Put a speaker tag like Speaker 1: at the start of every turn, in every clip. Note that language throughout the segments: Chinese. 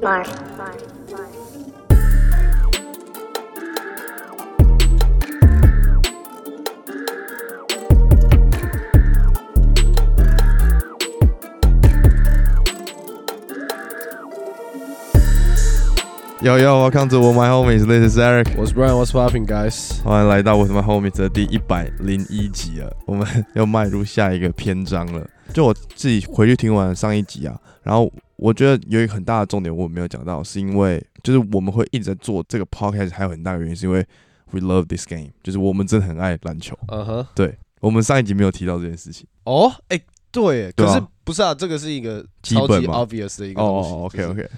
Speaker 1: Bye.
Speaker 2: Yo yo, welcome to my homies. This is Eric.
Speaker 3: 我是 Brian，What's popping, guys？
Speaker 2: 欢迎来到我的 my homies 的第一百零一集了，我们要迈入下一个篇章了。就我自己回去听完上一集啊，然后我觉得有一个很大的重点我没有讲到，是因为就是我们会一直在做这个 podcast，还有很大的原因是因为 we love this game，就是我们真的很爱篮球。
Speaker 3: 嗯哼，
Speaker 2: 我们上一集没有提到这件事情。
Speaker 3: 哦，哎，对耶，
Speaker 2: 对
Speaker 3: 可
Speaker 2: 啊
Speaker 3: 是不是啊？这个是一个
Speaker 2: 基
Speaker 3: 超
Speaker 2: 本
Speaker 3: 级
Speaker 2: 嘛
Speaker 3: obvious 的一个
Speaker 2: 哦
Speaker 3: 东
Speaker 2: 哦
Speaker 3: 西。
Speaker 2: ，OK
Speaker 3: 就是
Speaker 2: OK，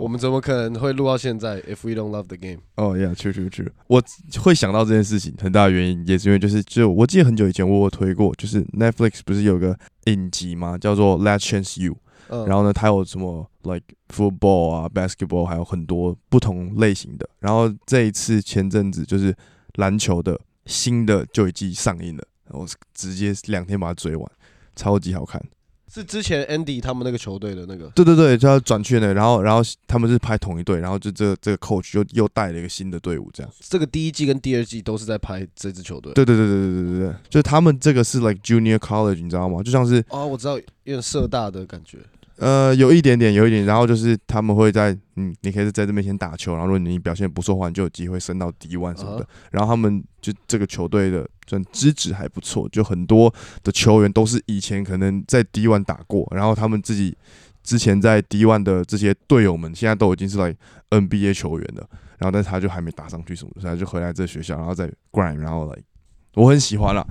Speaker 3: 我们怎么可能会录到现在？If we don't love the game，
Speaker 2: 哦，Yeah，true true true。我会想到这件事情，很大的原因也是因为就是就我记得很久以前我有推过，就是 Netflix 不是有个影集嘛，叫做《Last Chance You》，
Speaker 3: 嗯，
Speaker 2: 然后呢，它有什么 like football 啊、basketball，还有很多不同类型的。然后这一次前阵子就是篮球的新的就已经上映了，然后直接两天把它追完，超级好看。
Speaker 3: 是之前 Andy 他们那个球队的那个，
Speaker 2: 对对对，就要转去那，然后然后他们是拍同一队，然后就这这个 coach 又又带了一个新的队伍这样。
Speaker 3: 这个第一季跟第二季都是在拍这支球队。
Speaker 2: 对对对对对对对对，就是他们这个是 like junior college，你知道吗？就像是
Speaker 3: 哦，我知道，有点社大的感觉。
Speaker 2: 呃有一点点有一点，然后就是他们会在嗯，你可以在这边先打球，然后如果你表现不错的话，你就有机会升到 D one
Speaker 3: 啊
Speaker 2: 什么的。然后他们就这个球队的算资质还不错，就很多的球员都是以前可能在 D one 打过，然后他们自己之前在 D one 的这些队友们，现在都已经是 like NBA 球员了。然后但是他就还没打上去什么的，所以他就回来这学校，然后再 grind，然后 like 我很喜欢啦。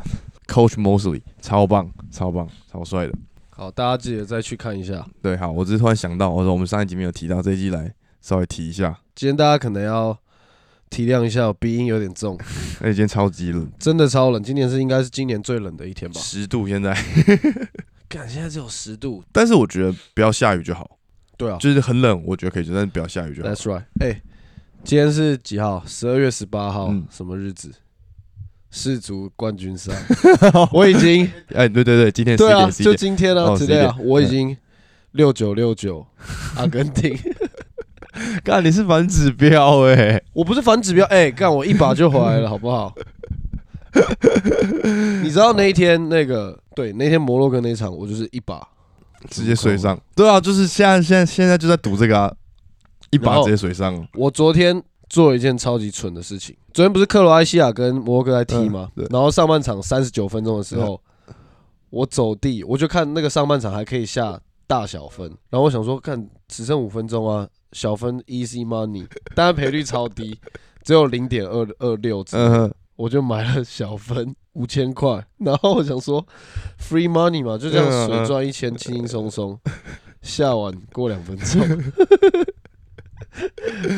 Speaker 2: Coach 啊 Mosley 超棒，超棒，超帅的。
Speaker 3: 好，大家记得再去看一下。
Speaker 2: 对，好，我只是突然想到，我说我们上一集没有提到，这一集来稍微提一下。
Speaker 3: 今天大家可能要体谅一下，我鼻音有点重，
Speaker 2: 而且今天超级冷，
Speaker 3: 真的超冷。今年是应该是今年最冷的一天吧？
Speaker 2: 十度现在，
Speaker 3: 感现在只有十度。
Speaker 2: 但是我觉得不要下雨就好，
Speaker 3: 对啊，
Speaker 2: 就是很冷，我觉得可以，但是不要下雨就好。
Speaker 3: That's right。哎、今天是几号？十二月十八号、
Speaker 2: 嗯
Speaker 3: 什么日子？世足冠军赛， 我已经
Speaker 2: 哎，对对对，今天十一
Speaker 3: 对啊，
Speaker 2: 点十一
Speaker 3: 就
Speaker 2: 点，
Speaker 3: 今天啊，
Speaker 2: 哦
Speaker 3: 之类啊，我已
Speaker 2: 嗯
Speaker 3: 经六九六 九阿根廷，
Speaker 2: 干你是反指标哎，
Speaker 3: 我不是反指标，哎、干我一把就回来 了，好不好？你知道那一天那个对那天摩洛哥那一场，我就是一把
Speaker 2: 直接水上。对啊，就是现在现在现在就在赌这个啊，一把
Speaker 3: 然后
Speaker 2: 直接水上哦。
Speaker 3: 嗯我昨天做了一件超级蠢的事情。昨天不是克罗埃西亚跟摩洛哥在踢吗？
Speaker 2: 嗯对嗯
Speaker 3: 然后上半场三十九分钟的时候，我走地，我就看那个上半场还可以下大小分，然后我想说，看只剩五分钟啊，小分 easy money，但是赔率超低，只有零点二二六，
Speaker 2: 嗯哼，
Speaker 3: 我就买了小分五千块。然后我想说，free money 嘛，就这样水赚一千，轻轻松松。下完过两分钟，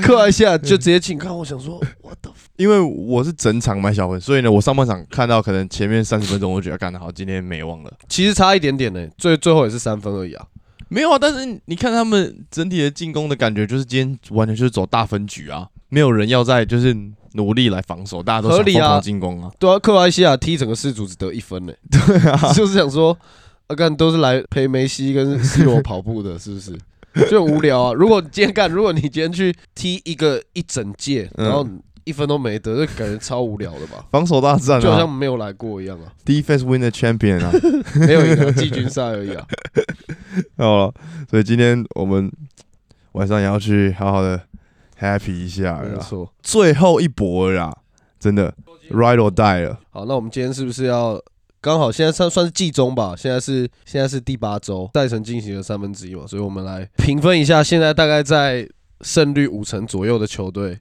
Speaker 3: 克莱西亚就直接进看，我想说，what the fuck，
Speaker 2: 因为我是整场买小分，所以呢，我上半场看到可能前面三十分钟，我就觉得干得好，今天没望了。
Speaker 3: 其实差一点点呢、最最后也是三分而已啊。
Speaker 2: 没有啊，但是你看他们整体的进攻的感觉，就是今天完全就是走大分局啊，没有人要在就是努力来防守，大家都
Speaker 3: 合
Speaker 2: 想
Speaker 3: 理
Speaker 2: 疯
Speaker 3: 啊
Speaker 2: 狂进攻啊。
Speaker 3: 对啊，克罗埃西亚踢整个四组只得一 分呢、对啊， 就是想说，啊干都是来陪梅西跟 C 罗跑步的，是不是？就很无聊啊。如果今天干，如果你今天去踢一个一整届，
Speaker 2: 嗯
Speaker 3: 然后一分都没得，就感觉超无聊的吧？
Speaker 2: 防守大战
Speaker 3: 就好 像
Speaker 2: 啊
Speaker 3: 没有来过一样啊，
Speaker 2: ，defense win the champion 啊，
Speaker 3: 没有赢啊季军赛而 已啊。
Speaker 2: 好了，所以今天我们晚上也要去好好的 happy 一下了
Speaker 3: 没
Speaker 2: 啦，
Speaker 3: 错。
Speaker 2: 最后一搏了啦，真的 ride or die 了，
Speaker 3: 好，那我们今天是不是要刚好现在算算是季中吧？现在是现在是第八周，赛程进行了三分之一嘛，所以我们来评分一下，现在大概在胜率五成左右的球队，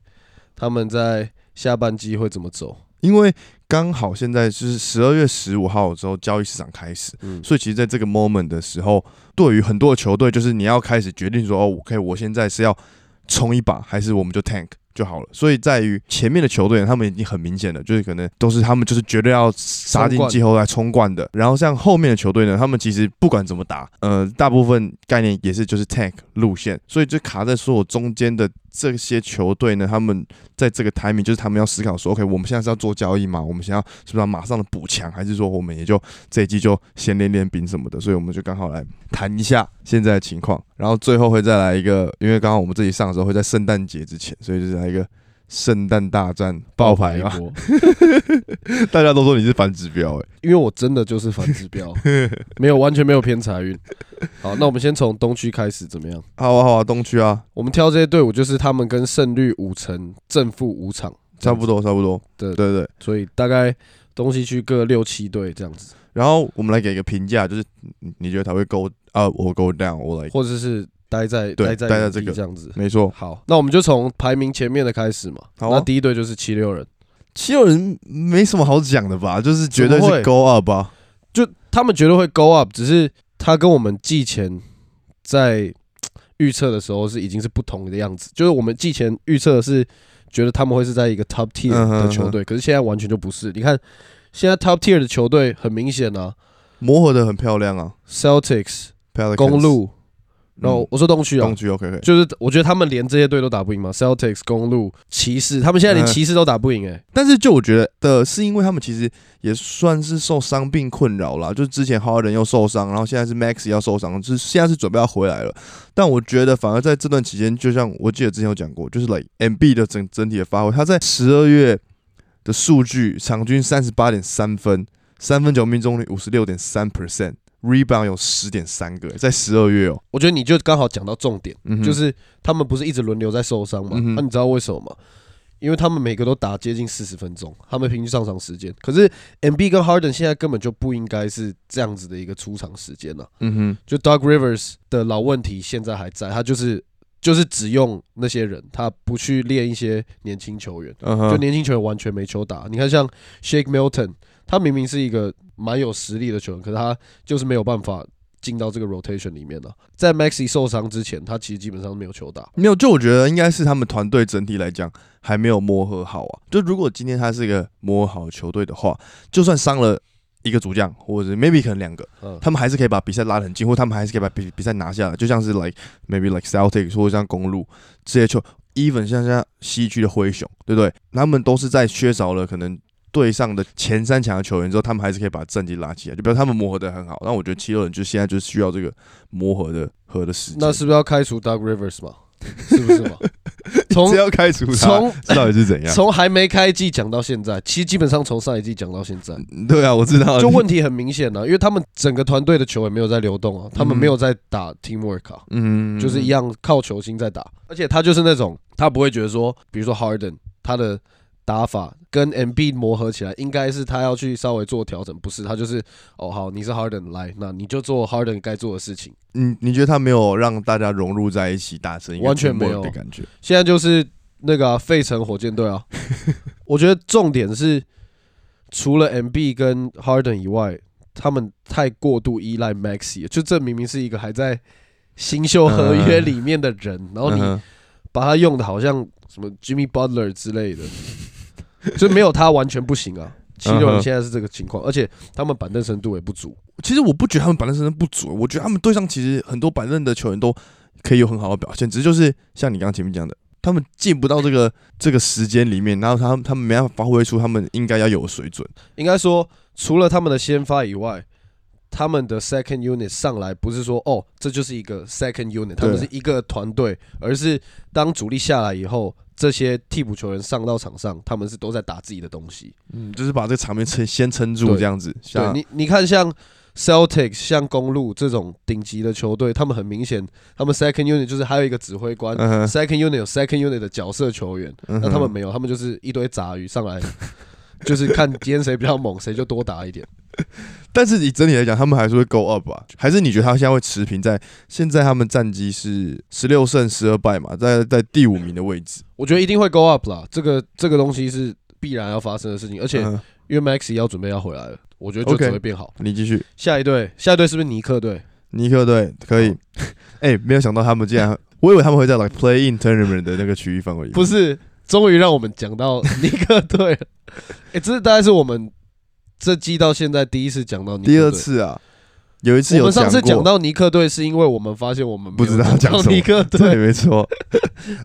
Speaker 3: 他们在下半季会怎么走？
Speaker 2: 因为刚好现在就是十二月十五号之后交易市场开始。
Speaker 3: 嗯，
Speaker 2: 所以其实，在这个 moment 的时候，对于很多的球队，就是你要开始决定说，哦，OK，我现在是要冲一把，还是我们就 tank 就好了。所以在于前面的球队，他们已经很明显了，就是可能都是他们就是绝对要杀进
Speaker 3: 冲冠
Speaker 2: 季后赛冲冠的。然后像后面的球队呢，他们其实不管怎么打，呃，大部分概念也是就是 tank 路线，所以就卡在所有中间的这些球队呢，他们在这个 timing 就是他们要思考说，OK，我们现在是要做交易嘛？我们现在是不是要马上的补强，还是说我们也就这一季就先练练兵什么的？所以我们就刚好来谈一下现在的情况，然后最后会再来一个，因为刚好我们这集上的时候会在圣诞节之前，所以就是来一个圣诞大战爆牌啊嘛。
Speaker 3: 锅，
Speaker 2: 哦大家都说你是反指标、欸，
Speaker 3: 因为我真的就是反 指标，没有完全没有偏财运。好，那我们先从东区开始，怎么样？
Speaker 2: 哎，好啊好啊，东区啊，
Speaker 3: 我们挑这些队伍，就是他们跟胜率五成、正负五场，
Speaker 2: 差不多差不多，
Speaker 3: 对
Speaker 2: 对对。
Speaker 3: 所以大概东西区各六七队这样子，
Speaker 2: 然后我们来给一个评价，就是你你觉得他会 go up 或 go down 或 like，
Speaker 3: 或者是待在
Speaker 2: 对待
Speaker 3: 在
Speaker 2: 在
Speaker 3: 原地
Speaker 2: 这个
Speaker 3: 这样子。
Speaker 2: 没错，
Speaker 3: 好，那我们就从排名前面的开始嘛。
Speaker 2: 好啊
Speaker 3: 那第一队就是七六人，
Speaker 2: 七六人没什么好讲的吧，就是绝对
Speaker 3: 怎么会
Speaker 2: 是 go up 吧、啊。
Speaker 3: 就他们绝对会 go up，只是他跟我们季前在预测的时候是已经是不同的样子。就是我们季前预测是觉得他们会是在一个 top tier
Speaker 2: 嗯哼
Speaker 3: 的球队，可是现在完全就不是。你看现在 top tier 的球队很明显啊
Speaker 2: 磨合的很漂亮啊。
Speaker 3: ，Celtics、
Speaker 2: Pelicans,
Speaker 3: 公路，
Speaker 2: 嗯，
Speaker 3: 然后我说东区啊
Speaker 2: 东，区 OK OK，
Speaker 3: 就是我觉得他们连这些队都打不赢嘛，Celtics、公路、骑士，他们现在连
Speaker 2: 嗯
Speaker 3: 骑士都打不赢哎、
Speaker 2: 但是就我觉得的是，因为他们其实也算是受伤病困扰啦，就之前 Harden 又受伤，然后现在是 Max 要受伤，就是现在是准备要回来了。但我觉得反而在这段期间，就像我记得之前有讲过，就是 like MB 的整整体的发挥，他在十二月的数据场均三十八点三分，三分球命中率五十六点三 percent，rebound 有十点三个，在十二月哦、
Speaker 3: 我觉得你就刚好讲到重点，
Speaker 2: 嗯哼
Speaker 3: 就是他们不是一直轮流在受伤嘛？那、
Speaker 2: 嗯哼
Speaker 3: 你知道为什么吗？因为他们每个都打接近四十分钟，他们平均上场时间。可是 M B 跟 Harden 现在根本就不应该是这样子的一个出场时间了、
Speaker 2: 嗯哼。
Speaker 3: 就 Doug Rivers 的老问题现在还在，他就是就是只用那些人，他不去练一些年轻球员。
Speaker 2: 嗯哼，
Speaker 3: 就年轻球员完全没球打。你看像 Shake Milton，他明明是一个蛮有实力的球员，可是他就是没有办法进到这个 rotation 里面了。在 Maxi 受伤之前，他其实基本上没有球打。
Speaker 2: 没有，就我觉得应该是他们团队整体来讲还没有磨合好啊。就如果今天他是一个磨合好的球队的话，就算伤了一个主将，或者是 maybe 可能两个，
Speaker 3: 嗯，
Speaker 2: 他们还是可以把比赛拉得很近，或他们还是可以把比比赛拿下来。就像是 like maybe like Celtics 或者像公路这些球，even 像像西区的灰熊，对不对？他们都是在缺少了可能。队上的前三强的球员之后，他们还是可以把战绩拉起来，就表示他们磨合的很好。那我觉得七六人就现在就是需要这个磨合的合的时间。
Speaker 3: 那是不是要开除 Doug Rivers 嘛？是不是 嘛？从
Speaker 2: 只要开除他，
Speaker 3: 从
Speaker 2: 到底是怎样？
Speaker 3: 从还没开季讲到现在，其实基本上从上一季讲到现在，
Speaker 2: 嗯对啊，我知道。
Speaker 3: 就问，题很明显啊了、因为他们整个团队的球也没有在流动啊，他
Speaker 2: 嗯
Speaker 3: 们没有在打 teamwork 啊。
Speaker 2: 嗯
Speaker 3: 就是一。样靠球星在打，而且他就是那种他不会觉得说，比如说 Harden 他的打法跟 MB 磨合起来，应该是他要去稍微做调整，不是他就是哦好你是 Harden 来，那你就做 Harden 该做的事情。
Speaker 2: 你你觉得他没有让大家融入在一起，达成一个
Speaker 3: 完全没有
Speaker 2: teamwork 的感觉？
Speaker 3: 现在就是那个啊费、城火箭队啊，我觉得重点是除了 MB 跟 Harden 以外，他们太过度依赖 Maxi，了就这明明是一个还在新秀合约里面的人，然后你
Speaker 2: 嗯哼
Speaker 3: 把他用的好像什么 Jimmy Butler 之 类的，就没有他完全不行啊。七六
Speaker 2: 嗯
Speaker 3: 人
Speaker 2: 哼
Speaker 3: 现在是这个情况，而且他们板凳深度也不足。
Speaker 2: 其实我不觉得他们板凳深度不足，我觉得他们队上其实很多板凳的球员都可以有很好的表现，只是就是像你刚刚前面讲的，他们进不到这个这个时间里面，然后他们 他们没办法发挥出他们应该要有的水准。
Speaker 3: 应该说，除了他们的先发以外，他们的 second unit 上来不是说哦，这就是一个 second unit，他们是一个团队，而是当主力下来以后，这些替补球员上到场上，他们是都在打自己的东西。
Speaker 2: 嗯，就是把这个场面撑先撑住
Speaker 3: 对
Speaker 2: 这样子。
Speaker 3: 对
Speaker 2: 像
Speaker 3: 你，你看像 Celtics、像公路这种顶级的球队，他们很明显，他们 second unit 就是还有一个指挥官、
Speaker 2: 嗯哼
Speaker 3: s e c o n d unit 有 second unit 的角色球员，
Speaker 2: 嗯
Speaker 3: 那
Speaker 2: 哼
Speaker 3: 他们没有，他们就是一堆杂鱼上来， 就是看今天谁比较猛，谁就多打一点。
Speaker 2: 但是以整体来讲，他们还是会 go up 吧？还是你觉得他现在会持平在？现在他们战绩是十六胜十二败嘛，在在第五名的位置。
Speaker 3: 我觉得一定会 go up 啦，这个这个东西是必然要发生的事情，而且
Speaker 2: 嗯
Speaker 3: 因为 Maxi 要准备要回来了，我觉得就
Speaker 2: OK
Speaker 3: 只会变好。
Speaker 2: 你继续，
Speaker 3: 下一队，下一队是不是尼克队？
Speaker 2: 尼克队可以。 哎、没有想到他们竟然，我以为他们会在 like play in tournament 的那个区域范围里。
Speaker 3: 不是，终于让我们讲到尼克队了。哎、这大概是我们这季到现在第一次讲到尼克
Speaker 2: 第
Speaker 3: 队
Speaker 2: 二，次啊，有一次
Speaker 3: 我
Speaker 2: 有
Speaker 3: 们上次
Speaker 2: 过
Speaker 3: 讲到尼克队，是因为我们发现我们没有
Speaker 2: 不知道讲什么
Speaker 3: 尼克
Speaker 2: 对，
Speaker 3: 队，
Speaker 2: 没错。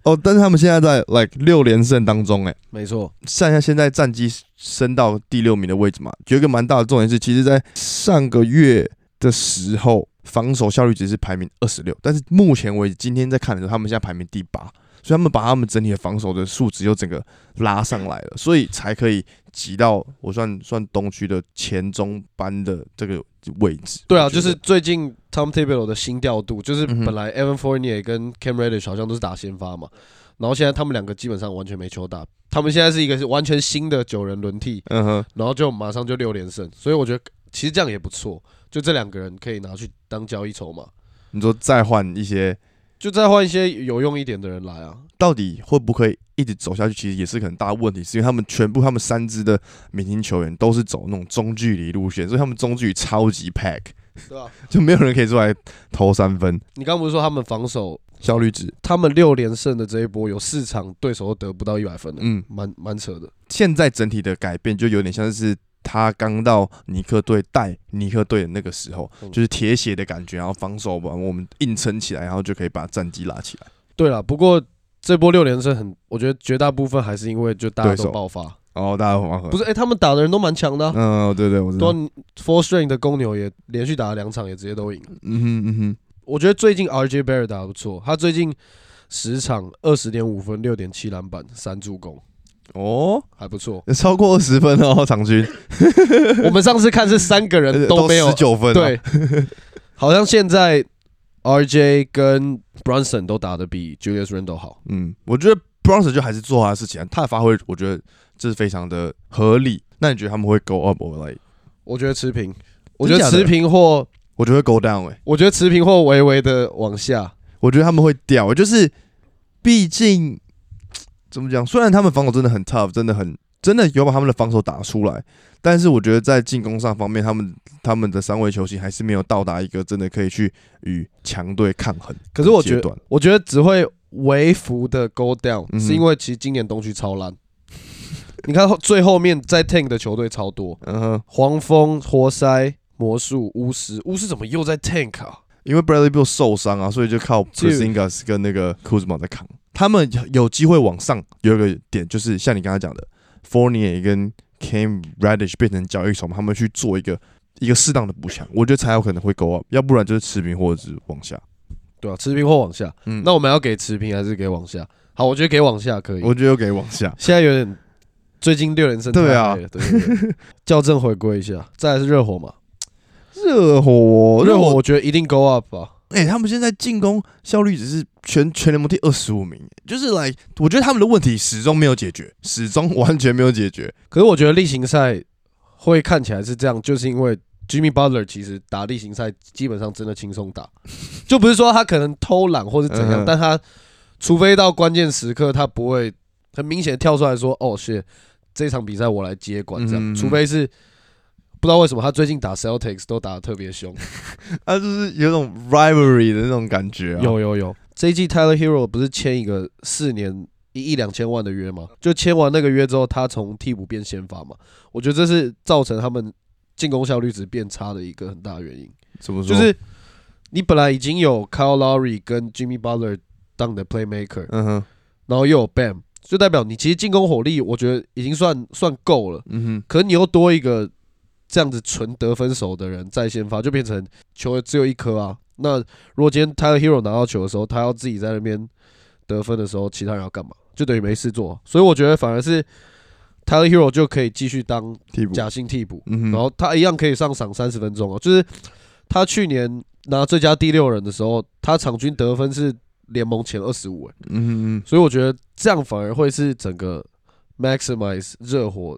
Speaker 2: 哦，但是他们现在在 like 六连胜当中、欸，哎，
Speaker 3: 没错，
Speaker 2: 算一下现在战绩升到第六名的位置嘛，有一个蛮大的重点是，其实在上个月的时候，防守效率只是排名二十六，但是目前为止，今天在看的时候，他们现在排名第八，所以他们把他们整体的防守的数值又整个拉上来了，所以才可以挤到我算算东区的前中班的这个位置。
Speaker 3: 对啊，
Speaker 2: 我觉
Speaker 3: 就
Speaker 2: 得
Speaker 3: 是最近 Tom Thibodeau 的新调度，就是
Speaker 2: 嗯哼
Speaker 3: 本来 Evan Fournier 跟 Cam Reddish 好像都是打先发嘛，然后现在他们两个基本上完全没球打，他们现在是一个是完全新的九人轮替，
Speaker 2: 嗯哼，
Speaker 3: 然后就马上就六连胜，所以我觉得其实这样也不错，就这两个人可以拿去当交易筹码，
Speaker 2: 你说再换一些。
Speaker 3: 就再换一些有用一点的人来啊，
Speaker 2: 到底会不会一直走下去，其实也是个很大的问题，是因为他们全部他们三支的明星球员都是走那种中距离路线，所以他们中距离超级 pack，
Speaker 3: 对啊，
Speaker 2: 就没有人可以出来投三分，
Speaker 3: 你刚不是说他们防守，
Speaker 2: 效率值。
Speaker 3: 他们六连胜的这一波有四场对手都得不到一百分的，
Speaker 2: 嗯，
Speaker 3: 蛮蛮扯的。
Speaker 2: 现在整体的改变就有点像是他刚到尼克队带尼克队的那个时候，
Speaker 3: 嗯
Speaker 2: 就是铁血的感觉，然后防守把我们硬撑起来，然后就可以把战绩拉起来。
Speaker 3: 对了，不过这波六连胜很，我觉得绝大部分还是因为就大家
Speaker 2: 对
Speaker 3: 都
Speaker 2: 手
Speaker 3: 爆发，
Speaker 2: 哦，大家很
Speaker 3: 不是？哎、他们打的人都蛮强的、啊，
Speaker 2: 嗯，对对，我知
Speaker 3: 对
Speaker 2: 道
Speaker 3: 啊。Four String 的公牛也连续打了两场，也直接都赢。
Speaker 2: 嗯哼嗯哼，
Speaker 3: 我觉得最近 RJ Barrett 打得不错，他最近十场二十点五分、六点七篮板、三助攻，
Speaker 2: 哦，
Speaker 3: 还不 错。
Speaker 2: 超过二十分哦，场均
Speaker 3: 我们上次看是三个人呃都没有
Speaker 2: 十，九分、啊，
Speaker 3: 对， 好像现在 RJ 跟 Brunson 都打得比 Julius Randle 好。
Speaker 2: 嗯，我觉得 Bronson 就还是做他的事情啊、他的发挥我觉得这是非常的合理。那你觉得他们会 go up or like？
Speaker 3: 我觉得持平，我觉
Speaker 2: 真
Speaker 3: 得
Speaker 2: 假的
Speaker 3: 持平或
Speaker 2: 我觉得会 go down 哎、
Speaker 3: 我觉得持平或微微的往下。
Speaker 2: 我觉得他们会掉、欸就是毕竟怎么讲，虽然他们防守真的很 tough，真的很真的有把他们的防守打出来，但是我觉得在进攻上方面，他们他们的三位球星还是没有到达一个真的可以去与强队抗衡的阶段。
Speaker 3: 可是我觉得，我觉得只会微幅的 go down，、
Speaker 2: 嗯哼
Speaker 3: 是因为其实今年东区超烂。 你看后最后面在 tank 的球队超多，
Speaker 2: 嗯哼，
Speaker 3: 黄蜂、活塞、魔术、巫师，巫师怎么又在 tank 啊？
Speaker 2: 因为 Bradley Beal 受伤啊，所以就靠 p r
Speaker 3: Dude
Speaker 2: i s i n g a s 跟那个 Kuzma 在扛。他们有机会往上，有一个点就是像你刚才讲的 f o u r n i e r 跟 Cam Radish 变成交易筹码，他们去做一个一个适当的补强，我觉得才有可能会 go up，要不然就是持平或者是往下。
Speaker 3: 对啊，持平或往下。
Speaker 2: 嗯，
Speaker 3: 那我们要给持平还是给往下？好，我觉得给往下可以。
Speaker 2: 我觉得又给往下。
Speaker 3: 现在有点最近六连胜太
Speaker 2: 对啊
Speaker 3: 累了，对对 对，校正回归一下。再来是热火嘛，
Speaker 2: 热火，
Speaker 3: 热
Speaker 2: 热
Speaker 3: 火
Speaker 2: 火，
Speaker 3: 我觉得一定 go up 啊吧。
Speaker 2: 哎、他们现在进攻效率只是全全联盟第二十五名，就是来，我觉得他们的问题始终没有解决，始终完全没有解决。
Speaker 3: 可是我觉得例行赛会看起来是这样，就是因为 Jimmy Butler 其实打例行赛基本上真的轻松打，就不是说他可能偷懒或是怎
Speaker 2: 嗯
Speaker 3: 样，但他除非到关键时刻，他不会很明显地跳出来说：“哦，是这场比赛我来接管。”这样，
Speaker 2: 嗯
Speaker 3: 除非是不知道为什么他最近打 Celtics 都打得特别凶。
Speaker 2: 啊，就是有种 rivalry 的那种感觉、啊。
Speaker 3: 有有有，这一季 Tyler Hero 不是签一个四年一亿两千万的约吗？就签完那个约之后，他从替补变先发嘛，我觉得这是造成他们进攻效率值变差的一个很大原因，
Speaker 2: 怎么说？
Speaker 3: 就是你本来已经有 Kyle Lowry 跟 Jimmy Butler 当你的 playmaker，
Speaker 2: 嗯哼，
Speaker 3: 然后又有 Bam，就代表你其实进攻火力我觉得已经算算够了，
Speaker 2: 嗯哼，
Speaker 3: 可是你又多一个这样子纯得分手的人在先发，就变成球只有一颗啊。那如果今天 Tyler Hero 拿到球的时候，他要自己在那边得分的时候，其他人要干嘛？就等于没事做。所以我觉得反而是 Tyler Hero 就可以继续当
Speaker 2: 替补，
Speaker 3: 假性替补，
Speaker 2: 嗯哼，
Speaker 3: 然后他一样可以上场三十分钟哦。就是他去年拿最佳第六人的时候，他场均得分是联盟前二十五，
Speaker 2: 嗯哼嗯
Speaker 3: 所以我觉得这样反而会是整个 maximize 热火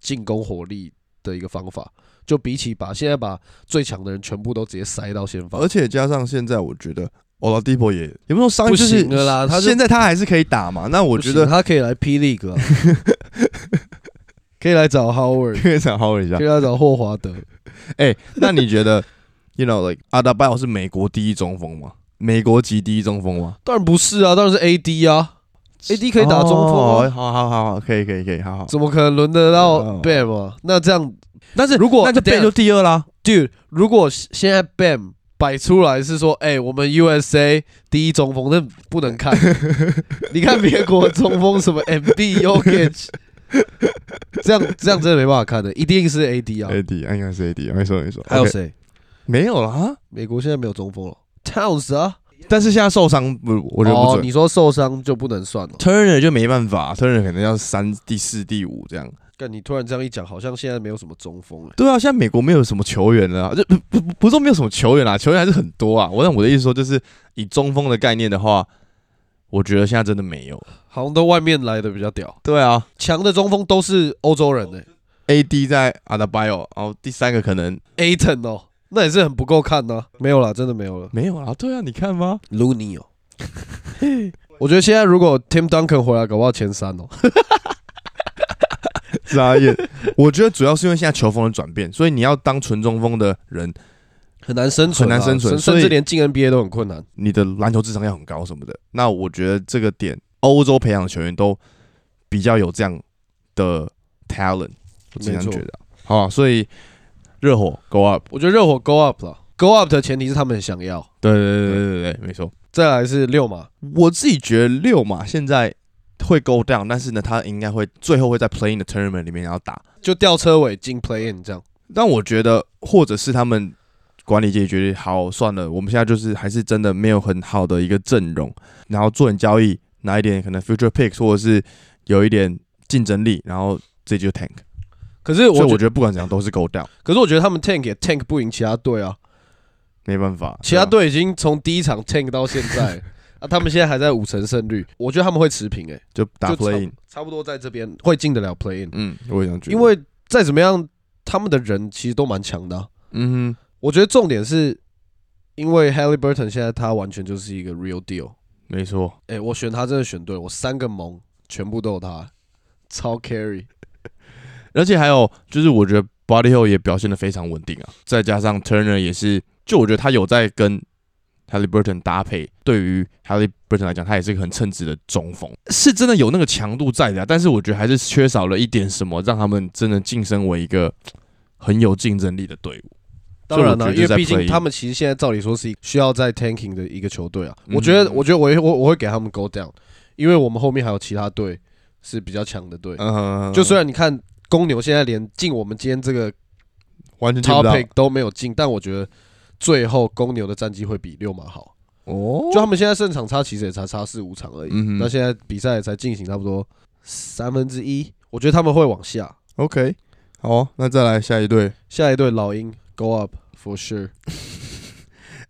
Speaker 3: 进攻火力的一个方法。就比起把现在把最强的人全部都直接塞到先发
Speaker 2: 而，且加上现在我觉得 Oladipo 也也不说伤，
Speaker 3: 不
Speaker 2: 就是
Speaker 3: 行了啦他是
Speaker 2: 现在他还是可以打嘛。那我觉
Speaker 3: 不行
Speaker 2: 得
Speaker 3: 他可以来 P League，、啊、 可以来找 Howard，
Speaker 2: 可以想好一下
Speaker 3: 可以。来找霍华德。
Speaker 2: 那你觉得，you know like 阿达拜尔是美国第一中锋吗？美国籍第一中锋吗
Speaker 3: 当然不是啊，当然是 AD 啊，AD 可以打中锋、啊
Speaker 2: 哦好好好好，可以可以可以，好好。
Speaker 3: 怎么可能轮得到
Speaker 2: 哦
Speaker 3: Bam 啊？那这样啊
Speaker 2: 但是
Speaker 3: 如果
Speaker 2: 那就
Speaker 3: 等一
Speaker 2: 变
Speaker 3: 下
Speaker 2: 就第二啦，
Speaker 3: dude，如果现在 Bam 摆出来是说，哎、我们 USA 第一中锋，那不能 看。你看别国中锋什么 MB、o k i c 这样这样真的没办法看的，一定是 AD 啊。
Speaker 2: AD，应该是 AD，没错没错。
Speaker 3: 还有
Speaker 2: OK，
Speaker 3: 谁？
Speaker 2: 没有啦？
Speaker 3: 美国现在没有中锋了，Towns 啊。
Speaker 2: 但是现在受伤不，我觉得不
Speaker 3: 哦，
Speaker 2: 准。
Speaker 3: 你说受伤就不能算了。
Speaker 2: Turner 就没办法，Turner 可能要三、第四、第五这样。
Speaker 3: 但你突然这样一讲，好像现在没有什么中锋了。
Speaker 2: 对啊，现在美国没有什么球员了啊，就不不不是说没有什么球员啦，球员还是很多啊。我但我的意思说，就是以中锋的概念的话，我觉得现在真的没有。
Speaker 3: 好像都外面来的比较屌，
Speaker 2: 对啊
Speaker 3: 强的中锋都是欧洲人呢、欸
Speaker 2: ，AD 在 a d a b i o 然后第三个可能
Speaker 3: Aton 哦，那也是很不够看呐、没有啦，真的没有了。
Speaker 2: 没有啊。对啊，你看吗？
Speaker 3: Looney 哦，我觉得现在如果 Tim Duncan 回来，搞不好前三哦。
Speaker 2: 眨眼。 我觉得主要是因为现在球风的转变，所以你要当纯中锋的人，
Speaker 3: 很难生存啊、
Speaker 2: 很难生存
Speaker 3: 甚
Speaker 2: 所以
Speaker 3: 甚至连进 NBA 都很困难。
Speaker 2: 你的篮球智商要很高什么的。那我觉得这个点，欧洲培养的球员都比较有这样的 talent，我这样
Speaker 3: 没错
Speaker 2: 觉得啊。好啊，所以热火 go up。
Speaker 3: 我觉得热火 Go Up 了，Go Up 的前提是他们想要。
Speaker 2: 对对对对对对，没错。
Speaker 3: 再来是六嘛，
Speaker 2: 我自己觉得六嘛现在会 go down，但是呢，他应该会最后会在 playing the tournament 里面然后打。
Speaker 3: 就吊车尾进 Play In 这样。
Speaker 2: 但我觉得，或者是他们管理阶级决定，好算了，我们现在就是还是真的没有很好的一个阵容，然后做点交易，拿一点可能 future picks，或者是有一点竞争力，然后这就 tank。
Speaker 3: 可是
Speaker 2: 所以
Speaker 3: 我
Speaker 2: 我
Speaker 3: 觉
Speaker 2: 觉得不管怎样都是 go down，
Speaker 3: 可是我觉得他们 Tank 也 Tank 不赢其他队啊，
Speaker 2: 没办法。
Speaker 3: 其他
Speaker 2: 对啊
Speaker 3: 队已经从第一场 Tank 到现 在啊，他们现在还在五成胜率，我觉得他们会持平诶、欸，
Speaker 2: 就打
Speaker 3: 就差
Speaker 2: playing，
Speaker 3: 差不多在这边会进得了 Play In，
Speaker 2: 嗯，我也想觉得，
Speaker 3: 因为再怎么样，他们的人其实都蛮强的啊、
Speaker 2: 嗯哼，
Speaker 3: 我觉得重点是因为 Halliburton 现在他完全就是一个 real deal。
Speaker 2: 没错，
Speaker 3: 哎、我选他真的选对了，我三个盟全部都有他，超 carry。
Speaker 2: 而且还有就是我觉得 Body Hill 也表现的非常稳定啊，再加上 Turner 也是，就我觉得他有在跟 Halliburton 搭配，对于 Halliburton 来讲，他也是一个很称职的中锋，是真的有那个强度在的啊、但是我觉得还是缺少了一点什么，让他们真的晋升为一个很有竞争力的队伍。
Speaker 3: 当然
Speaker 2: 所
Speaker 3: 了，
Speaker 2: 以我觉得
Speaker 3: 因为
Speaker 2: 在
Speaker 3: 毕竟
Speaker 2: play-in
Speaker 3: 他们其实现在照理说是一需要在 tanking 的一个球队啊。
Speaker 2: 嗯
Speaker 3: 我觉得，我觉得我会我我会给他们 go down，因为我们后面还有其他队是比较强的队。
Speaker 2: 嗯
Speaker 3: 就虽然你看公牛现在连进我们今天这个
Speaker 2: 完全
Speaker 3: topic 都没有进，但我觉得最后公牛的战绩会比六马好。
Speaker 2: 哦
Speaker 3: 就他们现在胜场差其实也才差四五场而已，
Speaker 2: 嗯哼
Speaker 3: 那现在比赛才进行差不多三分之一，我觉得他们会往下。
Speaker 2: OK，好哦、那再来下一队。
Speaker 3: 下一队老鹰 go up for sure，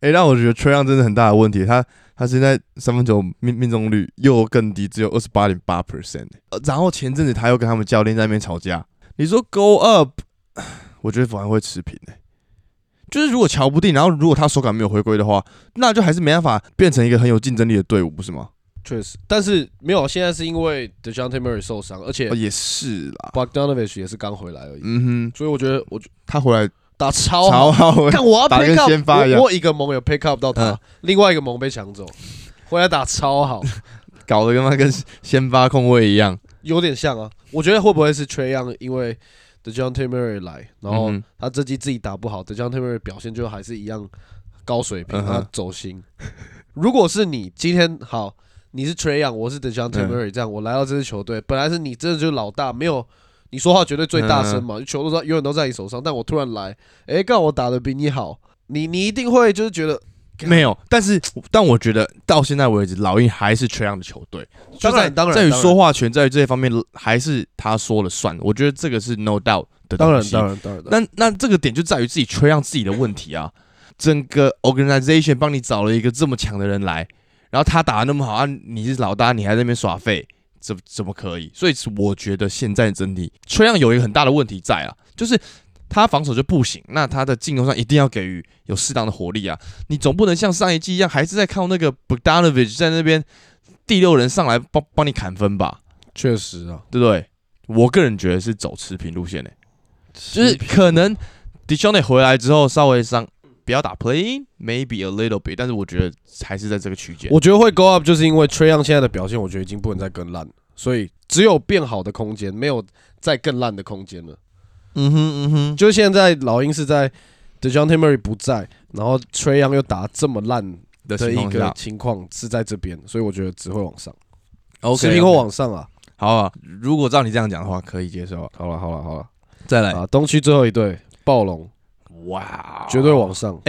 Speaker 2: 诶，让我觉得崔让真的很大的问题，他他现在三分球命命中率又更低，只有二十八点八 percent。呃然后前阵子他又跟他们教练在那边吵架，你说 go up，我 觉得反而会持平诶、欸就是如果乔不定，然后如果他手感没有回归的话，那就还是没办法变成一个很有竞争力的队伍，不是吗？
Speaker 3: 确实，但是没有，现在是因为 Dejounte Murray 受伤，而且
Speaker 2: 哦也是啦，
Speaker 3: Bogdanovich 也是刚回来而已，
Speaker 2: 嗯哼，
Speaker 3: 所以我觉得我
Speaker 2: 他回来
Speaker 3: 打超好，
Speaker 2: 超好，
Speaker 3: 看我要
Speaker 2: 打得
Speaker 3: pick
Speaker 2: 跟
Speaker 3: up，
Speaker 2: 先发一样
Speaker 3: 我我一个盟有 pick up 到他
Speaker 2: 嗯，
Speaker 3: 另外一个盟被抢走，回来打超好，
Speaker 2: 搞得跟他跟先发控卫一样，
Speaker 3: 有点像啊，我觉得会不会是 Trey Young 因为 Dejounte Murray 来，然后
Speaker 2: 嗯哼
Speaker 3: 他这季自己打不好，德江特 r 表现就还是一样高水平，
Speaker 2: 嗯哼
Speaker 3: 他走心。如果是你今天好，你是 Trey Young，我是德江特 r 这样我来到这支球队，本来是你真的就是老大，没有你说话绝对最大声嘛，球都在永远都在你手上，但我突然来，诶，干我打的比你好，你你一定会就是觉得，
Speaker 2: 没有，但是但我觉得到现在为止，老鹰还是缺氧的球队。
Speaker 3: 当然
Speaker 2: 就在
Speaker 3: 当然
Speaker 2: 在于
Speaker 3: 当然
Speaker 2: 说话权，在于这些方面还是他说了算。我觉得这个是 no doubt 的
Speaker 3: 当
Speaker 2: 东
Speaker 3: 然
Speaker 2: 西。
Speaker 3: 当然当然，那
Speaker 2: 那那这个点就在于自己缺氧自己的问题啊。整个 organization 帮你找了一个这么强的人来，然后他打的那么好啊，你是老大，你还在那边耍废，怎怎么可以？所以我觉得现在整体缺氧有一个很大的问题在啊，就是他防守就不行，那他的进攻上一定要给予有适当的火力啊。你总不能像上一季一样，还是在靠那个 Bogdanovich 在那边第六人上来帮帮你砍分吧，
Speaker 3: 确实啊，
Speaker 2: 对不对？我个人觉得是走持平路线欸的、就是可能 d i j o n 回来之后稍微伤，不要打 playing，maybe a little bit，但是我觉得还是在这个区间。
Speaker 3: 我觉得会 go up 就是因为 Trey Young 现在的表现，我觉得已经不能再更烂，所以只有变好的空间，没有再更烂的空间了。
Speaker 2: 嗯哼嗯哼，
Speaker 3: 就是现在老鹰是在 d Dejounte Murray 不在，然后 Trey Young 又打这么烂
Speaker 2: 的
Speaker 3: 的
Speaker 2: 情
Speaker 3: 一
Speaker 2: 况
Speaker 3: 个
Speaker 2: 下
Speaker 3: 情况是在这边，所以我觉得只会往上，持
Speaker 2: ，OK，
Speaker 3: 平或往上啊。
Speaker 2: 好啊。如果照你这样讲的话，可以接受。啊
Speaker 3: 好了好了好了，
Speaker 2: 再来，
Speaker 3: 啊，东区最后一队暴龙
Speaker 2: 哇，哦
Speaker 3: 绝对往上，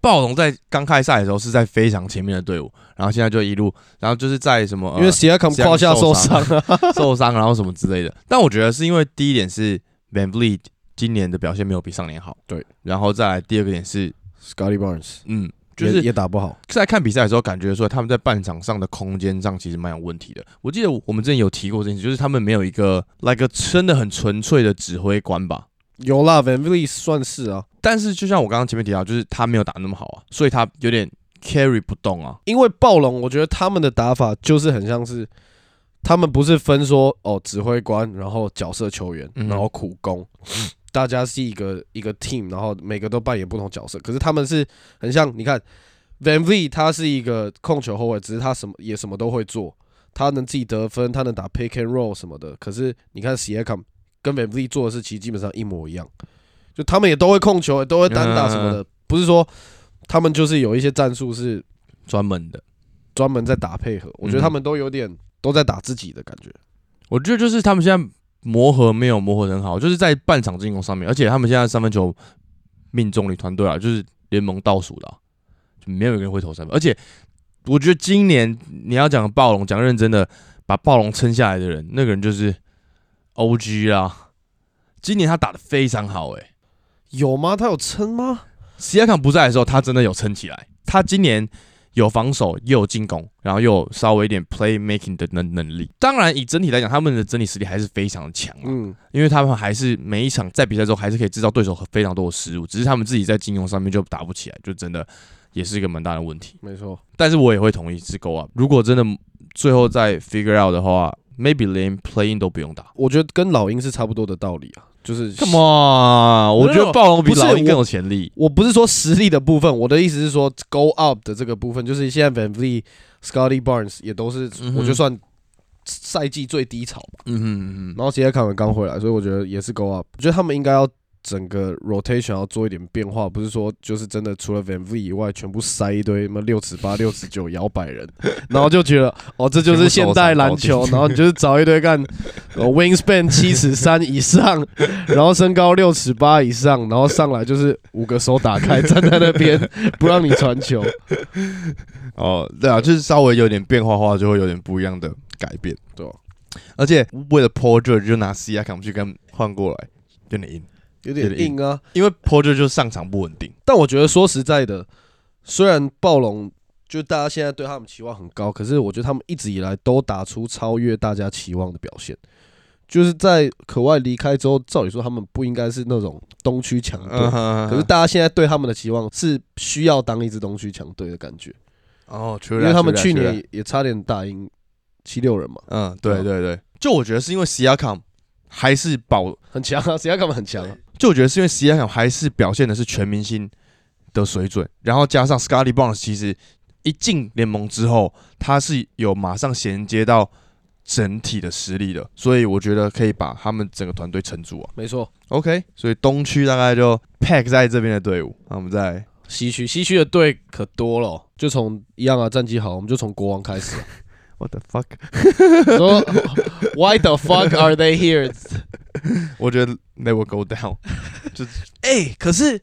Speaker 2: 暴龙在刚开赛的时候是在非常前面的队伍，然后现在就一路，然后就是在什么、呃
Speaker 3: 因为 s i a k a m 胯下啊受伤啊，
Speaker 2: 受伤，然后什么之类的。但我觉得是因为第一点是 Van Vliet 今年的表现没有比上年好，
Speaker 3: 对。
Speaker 2: 然后再来第二个点是，
Speaker 3: Scotty Barnes
Speaker 2: 嗯，就
Speaker 3: 也
Speaker 2: 是
Speaker 3: 也打不好，
Speaker 2: 在看比赛的时候，感觉说他们在半场上的空间上其实蛮有问题的。我记得我们之前有提过这件事，就是他们没有一个 like 真的很纯粹的指挥官吧。
Speaker 3: 有啦，Van v l e 算是啊，
Speaker 2: 但是就像我刚刚前面提到，就是他没有打那么好啊，所以他有点 carry 不动啊。
Speaker 3: 因为暴龙，我觉得他们的打法就是很像是，他们不是分说哦，指挥官，然后角色球员，
Speaker 2: 嗯
Speaker 3: 然后苦攻，大家是一个一个 team，然后每个都扮演不同角色。可是他们是很像，你看 Van V 他是一个控球后卫，只是他什么也什么都会做，他能自己得分，他能打 pick and roll 什么的。可是你看 s i a k a m 跟 Van V 做的事其实基本上一模一样，就他们也都会控球，也都会单打什么的，不是说他们就是有一些战术是。
Speaker 2: 专门的，
Speaker 3: 专门在打配合，我觉得他们都有点都在打自己的感觉。
Speaker 2: 我觉得就是他们现在磨合没有磨合得很好，就是在半场进攻上面，而且他们现在三分球命中率团队啊，就是联盟倒数的啊、就没有一个人会投三分。而且我觉得今年你要讲暴龙，讲认真的，把暴龙撑下来的人，那个人就是 OG 啦。今年他打的非常好、欸，诶
Speaker 3: 有吗？他有撑吗？
Speaker 2: 西亚康不在的时候，他真的有撑起来。他今年有防守，又有进攻，然后又有稍微一点 play making 的能能力。当然，以整体来讲，他们的整体实力还是非常强、啊，
Speaker 3: 嗯，
Speaker 2: 因为他们还是每一场在比赛中还是可以制造对手非常多的失误，只是他们自己在进攻上面就打不起来，就真的也是一个蛮大的问题。
Speaker 3: 没错。
Speaker 2: 但是我也会同意是 go up。如果真的最后再 figure out 的话，maybe 连 play in 都不用打。
Speaker 3: 我觉得跟老鹰是差不多的道理啊，就是
Speaker 2: 干嘛？我觉
Speaker 3: No, no, no，
Speaker 2: 得暴龙比
Speaker 3: 不是
Speaker 2: 老鹰更
Speaker 3: 我
Speaker 2: 有潜力。
Speaker 3: 我不是说实力的部分，我的意思是说 go up 的这个部分，就是现在 Van v l e Scotty Barnes 也都是，
Speaker 2: 嗯哼
Speaker 3: 我就算赛季最低潮吧。
Speaker 2: 嗯哼嗯哼，
Speaker 3: 然后杰凯文刚回来，所以我觉得也是 go up。我觉得他们应该要整个 rotation 要做一点变化，不是说就是真的除了 Van V 以外，全部塞一堆什么六尺八、六尺九、摇摆人，然后就觉得哦，这就是现代篮球，然后你就是找一堆干、呃、wingspan 七尺三以上，然后身高六尺八以上，然后上来就是五个手打开站在那边 不让你传球，
Speaker 2: 哦，对啊，就是稍微有点变化的话，就会有点不一样的改变。
Speaker 3: 对啊
Speaker 2: 而且为了 Porter 就拿 C R 我们去跟换过来，有点硬，
Speaker 3: 有点硬啊。
Speaker 2: 因为 Porter 就上场不稳定。
Speaker 3: 但我觉得说实在的，虽然暴龙就大家现在对他们期望很高，可是我觉得他们一直以来都打出超越大家期望的表现。就是在可外离开之后，照理说他们不应该是那种东区强
Speaker 2: 嗯
Speaker 3: 队，
Speaker 2: 哼
Speaker 3: 可是大家现在对他们的期望是需要当一支东区强队的感觉，
Speaker 2: 哦，因
Speaker 3: 因为他们去年也也差点打赢七六人嘛，
Speaker 2: 嗯，对对对，就我觉得是因为 C R 还是保，
Speaker 3: 很强啊，谁要他们很强啊？
Speaker 2: 就我觉得是因为 C R 还是表现的是全明星的水准，然后加上 Scotty Barnes 其实一进联盟之后，他是有马上衔接到整体的实力的，所以我觉得可以把他们整个团队撑住啊。
Speaker 3: 没错，
Speaker 2: OK，所以东区大概就 pack 在这边的队伍，那我们再
Speaker 3: 西区西区的队可多了哦，就从一样啊战绩好，我们就从国王开始啊
Speaker 2: What the fuck？
Speaker 3: 说 Why the fuck are they here？
Speaker 2: 我觉得 they will go down 就。
Speaker 3: 哎、可是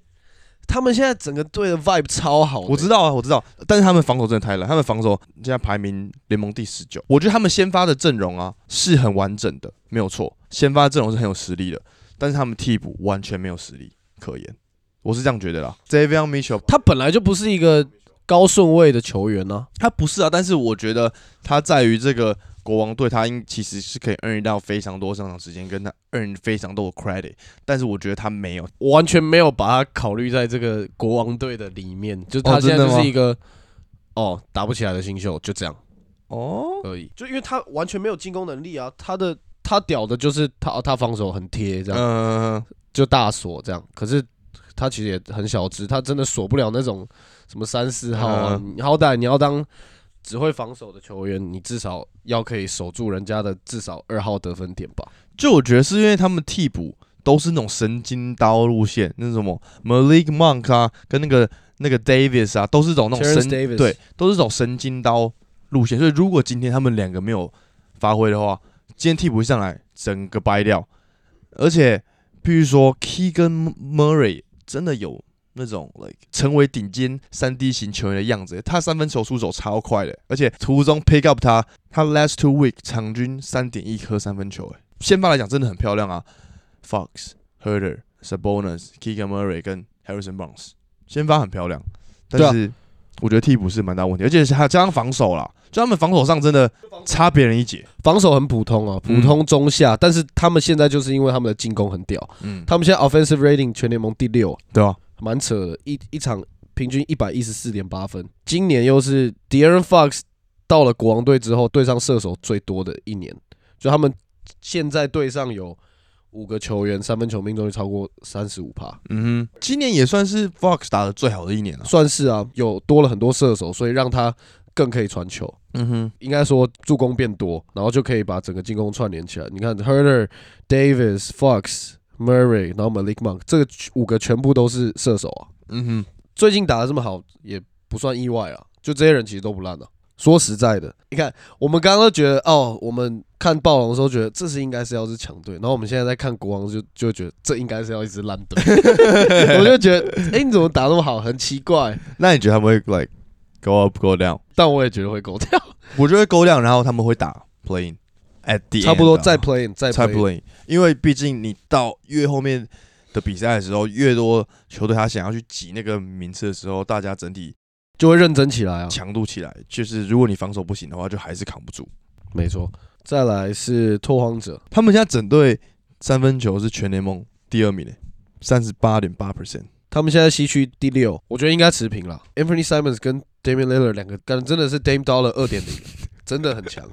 Speaker 3: 他们现在整个队的 vibe 超好的
Speaker 2: 我知道啊，我知道，但是他们防守真的太烂，他们防守现在排名联盟第十九。我觉得他们先发的阵容啊是很完整的，没有错，先发阵容是很有实力的，但是他们替补完全没有实力可言，我是这样觉得啦。Javion Mitchell
Speaker 3: 他本来就不是一个高顺位的球员呢、
Speaker 2: 他不是啊，但是我觉得他在于这个国王队，他应其实是可以 earn 到非常多上场时间，跟他 earn 非常多的 credit，但是我觉得他没有。
Speaker 3: 我完全没有把他考虑在这个国王队的里面，就他
Speaker 2: 哦
Speaker 3: 现
Speaker 2: 真
Speaker 3: 在
Speaker 2: 的
Speaker 3: 就
Speaker 2: 吗
Speaker 3: 是一个哦打不起来的新秀，就这样
Speaker 2: 哦，
Speaker 3: 而已。就因为他完全没有进攻能力啊，他的他屌的就是他哦他防守很贴这样，
Speaker 2: 嗯，
Speaker 3: 就大锁这样，可是。他其实也很小只，他真的锁不了那种什么三四号啊。你好歹你要当只会防守的球员，你至少要可以守住人家的至少二号得分点吧。
Speaker 2: 就我觉得是因为他们替补都是那种神经刀路线，那是什么 Malik Monk 啊，跟那个那个 Davis 啊，都是走那种
Speaker 3: Terrence
Speaker 2: 神
Speaker 3: Davis
Speaker 2: 对，都是走神经刀路线。所以如果今天他们两个没有发挥的话，今天替补上来整个掰掉。而且，譬如说 Key 跟 Murray 真的有那种 like 成为顶尖三 D 型球员的样子，他三分球出手超快的，而且途中 pick up 他，他 last two week 场均三点一颗三分球，哎，先发来讲真的很漂亮啊。Fox、Herder、Sabonis、Keegan Murray 跟 Harrison Barnes 先发很漂亮，
Speaker 3: 对啊
Speaker 2: 但是我觉得替补是蛮大问题，而且是还加上防守啦，就他们防守上真的差别人一截。
Speaker 3: 防守很普通啊，普
Speaker 2: 嗯
Speaker 3: 通中下，但是他们现在就是因为他们的进攻很屌，
Speaker 2: 嗯，
Speaker 3: 他们现在 offensive rating 全联盟第六，
Speaker 2: 对啊，
Speaker 3: 蛮扯的，一一场平均一百一十四点八分。今年又是 De'Aaron Fox 到了国王队之后，队上射手最多的一年，就他们现在队上有五个球员三分球命中率超过三十五趴，
Speaker 2: 嗯哼，今年也算是 Fox 打的最好的一年了。
Speaker 3: 算是啊，有多了很多射手，所以让他更可以传球。
Speaker 2: 嗯哼，
Speaker 3: 应该说助攻变多，然后就可以把整个进攻串联起来。你看 Herder、Davis、Fox、Murray，然后 Malik Monk，这个五个全部都是射手啊。
Speaker 2: 嗯哼，
Speaker 3: 最近打的这么好，也不算意外啊。就这些人其实都不烂啊。说实在的，你看我们刚刚都觉得哦，我们看暴龙的时候觉得这是应该是要是强队，然后我们现在在看国王就就会觉得这应该是要一支烂队。我就觉得，哎、你怎么打那么好，很奇怪。
Speaker 2: 那你觉得他们会 like go up go down？
Speaker 3: 但我也觉得会狗掉，
Speaker 2: 我觉得 go down，然后他们会打 playing at the end
Speaker 3: 差不多
Speaker 2: 啊
Speaker 3: 再 playing 再
Speaker 2: 才
Speaker 3: playing
Speaker 2: b l a m 因为毕竟你到越后面的比赛的时候，越多球队他想要去挤那个名次的时候，大家整体
Speaker 3: 就会认真起来啊。
Speaker 2: 强度起来，就是如果你防守不行的话，就还是扛不住。
Speaker 3: 没错，再来是拓荒者，
Speaker 2: 他们现在整队三分球是全联盟第二名的，三十八点八 percent。
Speaker 3: 他们现在西区第六，我觉得应该持平了。Anthony Simons 跟 Damian Lillard 两个，干真的是 Dame Dollar 二点零，真的很强。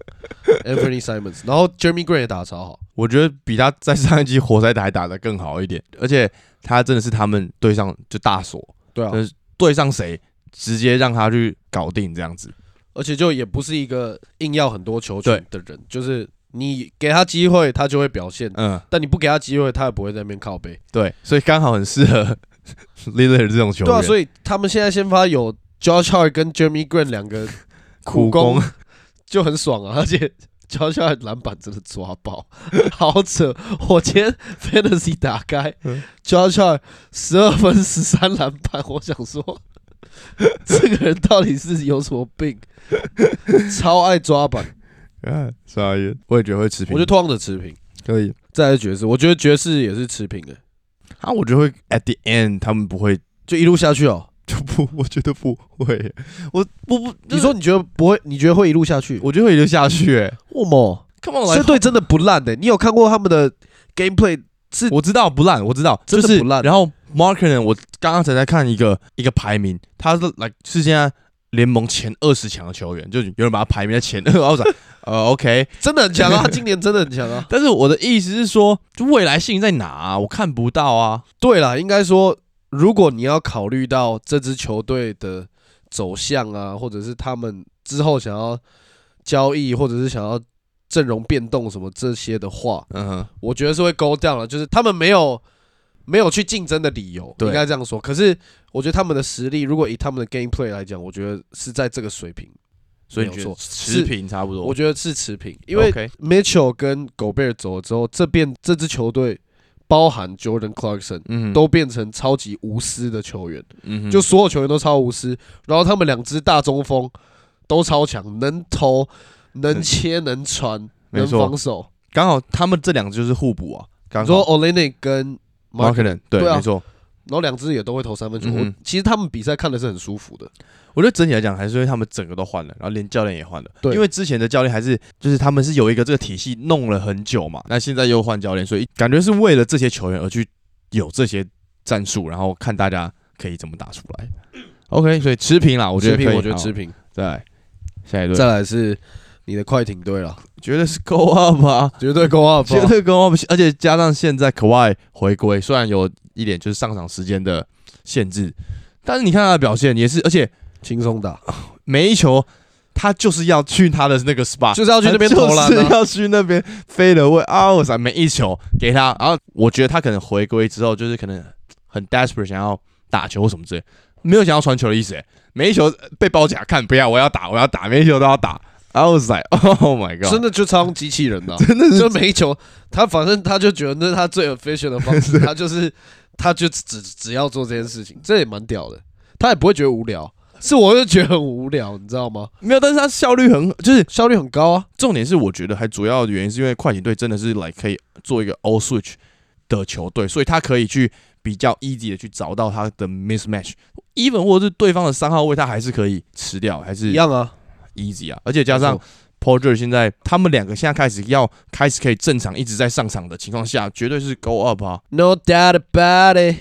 Speaker 3: Anthony Simons，然后 Jeremy Grant 也打得超好，
Speaker 2: 我觉得比他在上一季活塞打还打得更好一点，而且他真的是他们对上就大锁，
Speaker 3: 对啊，
Speaker 2: 嗯对上谁直接让他去搞定这样子。
Speaker 3: 而且就也不是一个硬要很多球权
Speaker 2: 对
Speaker 3: 的人，就是你给他机会，他就会表现。
Speaker 2: 嗯，
Speaker 3: 但你不给他机会，他也不会在那边靠背。
Speaker 2: 对，所以刚好很适合 Lillard 这种球员。
Speaker 3: 对啊，所以他们现在先发有 Josh Hart 跟 Jeremy Grant 两个
Speaker 2: 苦
Speaker 3: 工
Speaker 2: 攻
Speaker 3: 就很爽啊，而且脚下篮板真的抓爆， 好扯！我今天 fantasy 打开
Speaker 2: 嗯，
Speaker 3: 脚下十二分十三篮板，我想说， 这个人到底是有什么病？ 超爱抓板，
Speaker 2: 啊，傻眼，我也觉得会持平，
Speaker 3: 我觉得拓荒者持平，
Speaker 2: 可以
Speaker 3: 再来爵士，我觉得爵士也是持平的、
Speaker 2: 啊，我觉得会 at the end 他们不会
Speaker 3: 就一路下去哦。
Speaker 2: 就不，我觉得不会，我我不，
Speaker 3: 你说你觉得不会？你觉得会一路下去？
Speaker 2: 我觉得会流下去、欸，
Speaker 3: 我么？
Speaker 2: ，come
Speaker 3: 这队真的不烂欸的、你有看过他们的 gameplay 是
Speaker 2: 我知道不烂，我知道，
Speaker 3: 真的
Speaker 2: 就是
Speaker 3: 不烂
Speaker 2: 然后 Markin，我刚刚才在看一个一个排名，他是来是现在联盟前二十强的球员，就有人把他排名在前二，然后我想 呃 OK，
Speaker 3: 真的很 强啊？今年真的很强啊！
Speaker 2: 但是我的意思是说，就未来性在哪、啊？我看不到啊。
Speaker 3: 对啦，应该说，如果你要考虑到这支球队的走向啊，或者是他们之后想要交易，或者是想要阵容变动什么这些的话，
Speaker 2: 嗯哼，
Speaker 3: 我觉得是会勾掉了，就是他们没有没有去竞争的理由，
Speaker 2: 对
Speaker 3: 应该这样说。可是我觉得他们的实力，如果以他们的 gameplay 来讲，我觉得是在这个水平，
Speaker 2: 所以你
Speaker 3: 没
Speaker 2: 觉
Speaker 3: 有
Speaker 2: 得
Speaker 3: 错
Speaker 2: 持平差不多？
Speaker 3: 我觉得是持平，因为
Speaker 2: OK
Speaker 3: Mitchell 跟狗贝尔走了之后，这边这支球队包含 Jordan Clarkson。
Speaker 2: 嗯
Speaker 3: 都变成超级无私的球员，
Speaker 2: 嗯哼
Speaker 3: 就所有球员都超无私，然后他们两支大中锋都超强，能投、能切、能传、
Speaker 2: 没
Speaker 3: 能
Speaker 2: 错
Speaker 3: 防守。
Speaker 2: 刚好他们这两个就是互补啊。刚
Speaker 3: 你
Speaker 2: 好
Speaker 3: 说 Olenek 跟
Speaker 2: m a r
Speaker 3: Mark，
Speaker 2: k e n 对，
Speaker 3: 对啊
Speaker 2: 没错。
Speaker 3: 然后两支也都会投三分球。
Speaker 2: 嗯哼
Speaker 3: 我其实他们比赛看的是很舒服的，
Speaker 2: 我觉得整体来讲，还是因为他们整个都换了，然后连教练也换了。
Speaker 3: 对
Speaker 2: 因为之前的教练还是就是他们是有一个这个体系弄了很久嘛，那现在又换教练，所以感觉是为了这些球员而去有这些战术，然后看大家可以怎么打出来。OK，所以持平啦，我
Speaker 3: 我
Speaker 2: 觉得
Speaker 3: 持
Speaker 2: 可
Speaker 3: 平，
Speaker 2: 以
Speaker 3: 我觉得
Speaker 2: 好
Speaker 3: 持平。
Speaker 2: 再来下一
Speaker 3: 再
Speaker 2: 队，
Speaker 3: 来是你的快艇队了，
Speaker 2: 绝对是 go up 啊，
Speaker 3: 绝对 go up，
Speaker 2: 绝
Speaker 3: 啊
Speaker 2: 对 go up，而且加上现在 k a w i 回归，虽然有一点就是上场时间的限制，但是你看他的表现也是，而且
Speaker 3: 轻松打。
Speaker 2: 每一球他就是要去他的那个 spot，
Speaker 3: 就是要去那边投篮
Speaker 2: 他
Speaker 3: 啊
Speaker 2: 就是要去那边飞了位啊！我操，每一球给他，然后我觉得他可能回归之后，就是可能很 desperate 想要打球或什么之类，没有想要传球的意思、欸。每一球被包夹，看不要，我要打，我要打，每一球都要打。I was like, oh my god！
Speaker 3: 真的就超像机器 人的、真的就每一球，他反正他就觉得那是他最 efficient 的 方式，他就是他就只只要做这件事情，这也蛮屌的，他也不会觉得无聊，是我就觉得很无聊，你知道吗？
Speaker 2: 没有，但是他效率很，就是
Speaker 3: 效率很高啊，
Speaker 2: 重点是我觉得还主要的原因是因为快艇队真的是 like 可以做一个 all switch 的球队，所以他可以去比较 easy 的去找到他的 mismatch，even 或者是对方的三号位，他还是可以吃掉，还是
Speaker 3: 一样啊，
Speaker 2: easy 啊。而且加上 Paul George 现在他们两个现在开始要开始可以正常一直在上场的情况下，绝对是 go up 啊，
Speaker 3: no doubt about it，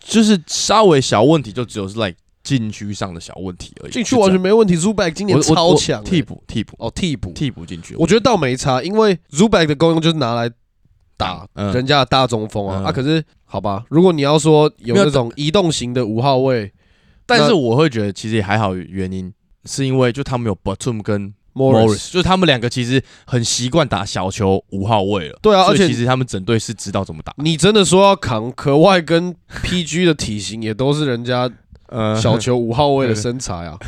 Speaker 2: 就是稍微小问题就只有是 like 禁区上的小问题而已，
Speaker 3: 进去完全没问题 z u b a c 今年
Speaker 2: 我我
Speaker 3: 超
Speaker 2: 我
Speaker 3: 强欸、
Speaker 2: 替补替补
Speaker 3: 哦替补，
Speaker 2: 替补进去，
Speaker 3: 我觉得倒没差，因为 z u b a c 的功用就是拿来打
Speaker 2: 嗯
Speaker 3: 人家的大中锋啊，
Speaker 2: 嗯
Speaker 3: 啊可是好吧，如果你要说有
Speaker 2: 没有
Speaker 3: 那种移动型的五号位
Speaker 2: 但
Speaker 3: 那
Speaker 2: 是我会觉得其实也还好，原因是因为就他们有 Batum 跟
Speaker 3: Morris。
Speaker 2: 就是他们两个其实很习惯打小球五号位了。
Speaker 3: 对啊，
Speaker 2: 所
Speaker 3: 而
Speaker 2: 以
Speaker 3: 且
Speaker 2: 其实他们整队是知道怎么打，
Speaker 3: 你真的说要扛可 外跟 PG 的体型，也都是人家
Speaker 2: 呃
Speaker 3: 小 球五号位的身材啊，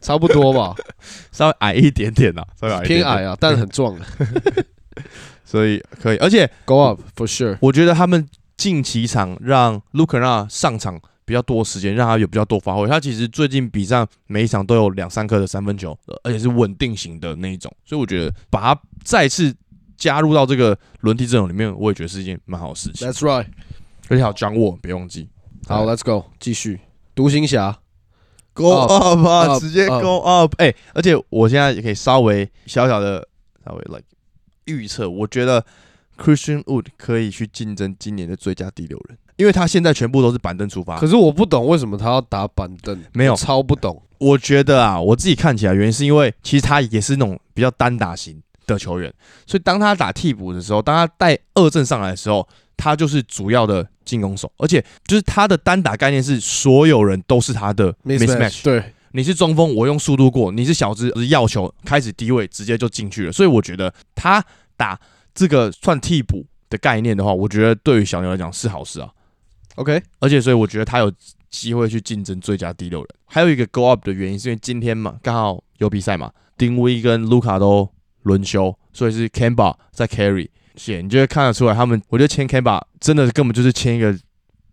Speaker 3: 差不多 吧，
Speaker 2: 稍微矮一点点啦， 稍微矮一点
Speaker 3: 偏
Speaker 2: 点
Speaker 3: 矮，啊，但很壮啊。
Speaker 2: 所以可以。而且
Speaker 3: Go up for sure。
Speaker 2: 我觉得他们近几场让 l u k a n a 上场比较多时间，让他有比较多发挥。他其实最近比上每一场都有两三颗的三分球，呃而且是稳定型的那一种。所以我觉得把他再次加入到这个轮替阵容里面，我也觉得是一件蛮好的事情。
Speaker 3: That's right。
Speaker 2: 而且还有 John Wall，别忘记。
Speaker 3: 好
Speaker 2: 了
Speaker 3: ，Let's go，继续。独行侠
Speaker 2: ，Go
Speaker 3: up，
Speaker 2: up 啊，
Speaker 3: up，
Speaker 2: 直接
Speaker 3: up
Speaker 2: Go up。哎，而且我现在也可以稍微小小的稍微 like 预测，我觉得 Christian Wood 可以去竞争今年的最佳第六人，因为他现在全部都是板凳出发
Speaker 3: 可。是我不懂为什么他要打板凳，
Speaker 2: 啊没有
Speaker 3: 我超不懂。
Speaker 2: 我觉得啊，我自己看起来原因是因为其实他也是那种比较单打型的球员，所以当他打替补的时候，当他带二阵上来的时候，他就是主要的进攻手，而且就是他的单打概念是所有人都是他的 mismatch。
Speaker 3: 对，
Speaker 2: 你是中锋，我用速度过；你是小只，是要球开始低位，直接就进去了。所以我觉得他打这个算替补的概念的话，我觉得对于小牛来讲是好事啊。
Speaker 3: OK，
Speaker 2: 而且，所以我觉得他有机会去竞争最佳第六人。还有一个 go up 的原因，是因为今天嘛，刚好有比赛嘛，丁威跟卢卡都轮休，所以是 Camba 在 carry。是，你就会看得出来，他们我觉得签 Camba 真的根本就是签一个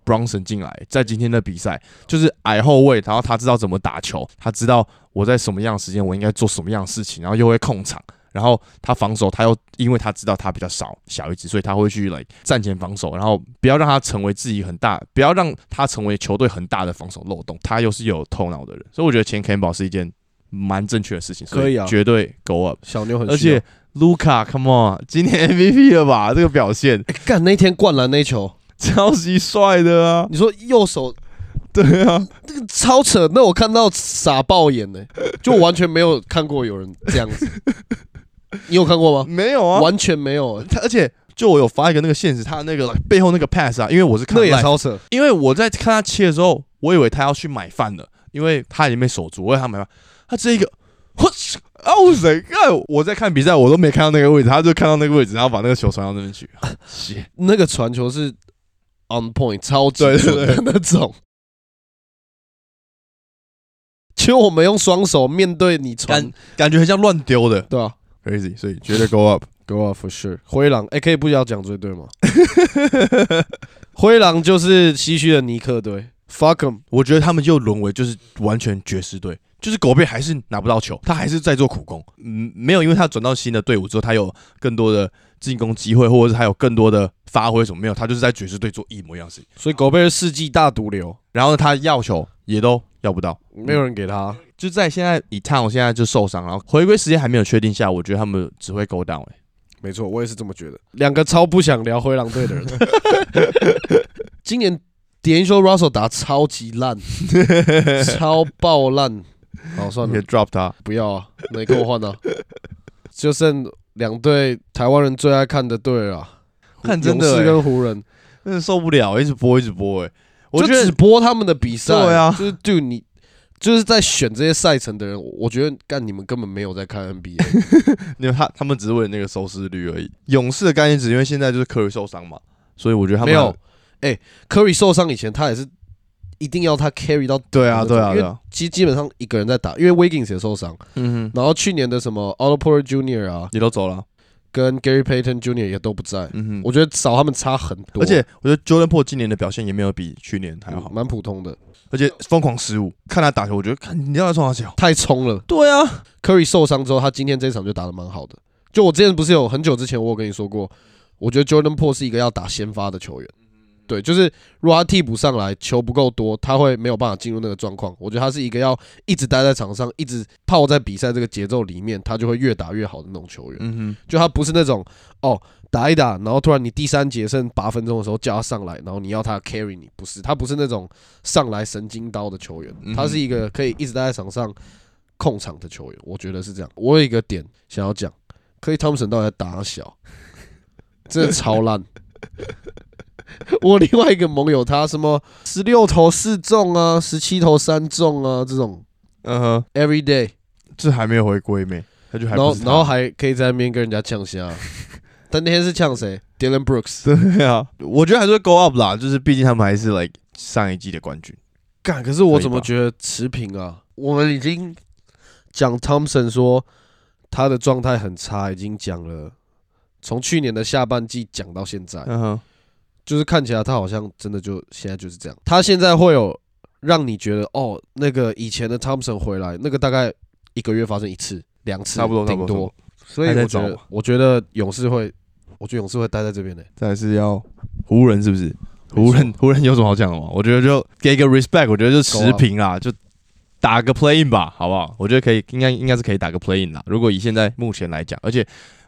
Speaker 2: Bronson 进来，在今天的比赛就是矮后卫，然后他知道怎么打球，他知道我在什么样的时间我应该做什么样的事情，然后又会控场。然后他防守，他又因为他知道他比较少小一只，所以他会去来站前防守，然后不要让他成为自己很大，不要让他成为球队很大的防守漏洞。他又是有头脑的人，所以我觉得签 Campbell 是一件蛮正确的事情，所
Speaker 3: 可以啊
Speaker 2: 绝对 go up。
Speaker 3: 小牛很需要。
Speaker 2: 而且卢卡，come on，今年 MVP 了吧？这个表现
Speaker 3: 哎干那天灌篮那球，
Speaker 2: 超级帅的啊！
Speaker 3: 你说右手
Speaker 2: 对啊，
Speaker 3: 超扯，那我看到傻爆眼呢、就完全没有看过有人这样 子。你有看过吗？
Speaker 2: 没有啊，
Speaker 3: 哦完全没有、欸，
Speaker 2: 他而且就我有发一个那个现实，他那个背后那个 pass 啊，因为我是看
Speaker 3: 那也
Speaker 2: live
Speaker 3: 超扯。
Speaker 2: 因为我在看他切的时候，我以为他要去买饭了，因为他已经被守住，我以为他买饭，他直接一个，我哦谁看？我在看比赛，我都没看到那个位置，他就看到那个位置，然后把那个球传到那边 去。
Speaker 3: 那个传球是 on point 超级
Speaker 2: 对对
Speaker 3: 准的那种。其实我们用双手面对你传
Speaker 2: 感，感觉很像乱丢的
Speaker 3: 对啊
Speaker 2: ，crazy，所以绝对 go up。
Speaker 3: ，Go up for sure。灰狼，哎、可以不要讲最对 吗？灰狼就是西区的尼克队，fuck them。
Speaker 2: 我觉得他们就沦为就是完全爵士队，就是狗贝还是拿不到球，他还是在做苦工。嗯，没有，因为他转到新的队伍之后，他有更多的进攻机会，或者是他有更多的发挥什么没有，他就是在爵士队做一模一样的事情。
Speaker 3: 所以狗贝是世纪大毒瘤，
Speaker 2: 然后呢，他要球也都要不到。
Speaker 3: 没有人给他。
Speaker 2: 就在现在，以烫现在就受伤，然后啊回归时间还没有确定下，我觉得他们只会 go down 哎、
Speaker 3: 没错，我也是这么觉得。两个超不想聊灰狼队的人， 今年 d a n g e l Russell 打超级烂， 超爆烂。好，算
Speaker 2: 你
Speaker 3: 了
Speaker 2: 可以，drop 他。
Speaker 3: 不要啊，没跟我换啊，就剩两队台湾人最爱看的队了啊，
Speaker 2: 看真的
Speaker 3: 勇士
Speaker 2: 欸
Speaker 3: 跟湖人，
Speaker 2: 真的受不了，一直播一直播哎、我
Speaker 3: 就
Speaker 2: 觉得
Speaker 3: 只播他们的比赛，
Speaker 2: 对啊
Speaker 3: 就是 dude 你就是在选这些赛程的人，我我觉得干你们根本没有在看 NBA，
Speaker 2: 因为他他们只是为了那个收视率而已。勇士的概念只是因为现在就是科瑞受伤嘛，所以我觉得他
Speaker 3: 没
Speaker 2: 们
Speaker 3: 有。哎、c u r r y 受伤以前，他也是一定要他 carry 到，
Speaker 2: 对啊对啊
Speaker 3: 因为
Speaker 2: 对啊，
Speaker 3: 基基本上一个人在打，因为 Wiggins 也受伤，
Speaker 2: 嗯哼，
Speaker 3: 然后去年的什么 a l t Porter Jr. 啊，
Speaker 2: 也都走了，
Speaker 3: 跟 Gary Payton Jr. 也都不在，
Speaker 2: 嗯哼，
Speaker 3: 我觉得少他们差很多，
Speaker 2: 而且我觉得 Jordan p o 今年的表现也没有比去年还好
Speaker 3: 嗯，蛮普通的，
Speaker 2: 而且疯狂失误，看他打球，我觉得看你要他哦撞他脚。
Speaker 3: 太冲了。
Speaker 2: 对啊，
Speaker 3: Curry 受伤之后，他今天这一场就打得蛮好的。就我之前不是有很久之前我有跟你说过，我觉得 Jordan p o o 是一个要打先发的球员。对，就是如果他替补上来，球不够多，他会没有办法进入那个状况。我觉得他是一个要一直待在场上，一直泡在比赛这个节奏里面，他就会越打越好的那种球员。
Speaker 2: 嗯
Speaker 3: 就他不是那种哦打一打，然后突然你第三节剩八分钟的时候叫他上来，然后你要他 carry 你，不是他不是那种上来神经刀的球员，
Speaker 2: 嗯哼
Speaker 3: 他是一个可以一直待在场上控场的球员，我觉得是这样。我有一个点想要讲，科以汤普森到底在 打小，真的超烂。我另外一个盟友他什么十六投四中啊，十七投三中啊，这种
Speaker 2: 哼，嗯哼，
Speaker 3: every day。
Speaker 2: 这还没有回归没？他就还
Speaker 3: 然后
Speaker 2: 不是他
Speaker 3: 然后还可以在那边跟人家 呛虾。但那天是呛谁？Dylan Brooks。
Speaker 2: 对啊，我觉得还是会 go up 啦，就是毕竟他们还是 like 上一季的冠军。
Speaker 3: 干，可是我怎么觉得持平啊？我们已经讲 Thompson 说他的状态很差，已经讲了，从去年的下半季讲到现在，
Speaker 2: 嗯哼，
Speaker 3: 就是看起来他好像真的就现在就是这样。他现在会有让你觉得哦，那个以前的 Thompson 回来，那个大概一个月发生一次、两次，
Speaker 2: 差不多差
Speaker 3: 顶
Speaker 2: 不多
Speaker 3: 多。所以
Speaker 2: 还在
Speaker 3: 我觉
Speaker 2: 找
Speaker 3: 得
Speaker 2: 嘛，
Speaker 3: 我觉得勇士会，我觉得勇士会待在这边的、欸
Speaker 2: 再来是要湖人是不是？湖人湖人有什么好讲的吗？我觉得就给一个 respect，我觉得就持平啦，就打个 play in 吧，好不好？我觉得可以，应该应该是可以打个 play in 啦。如果以现在目前来讲，而且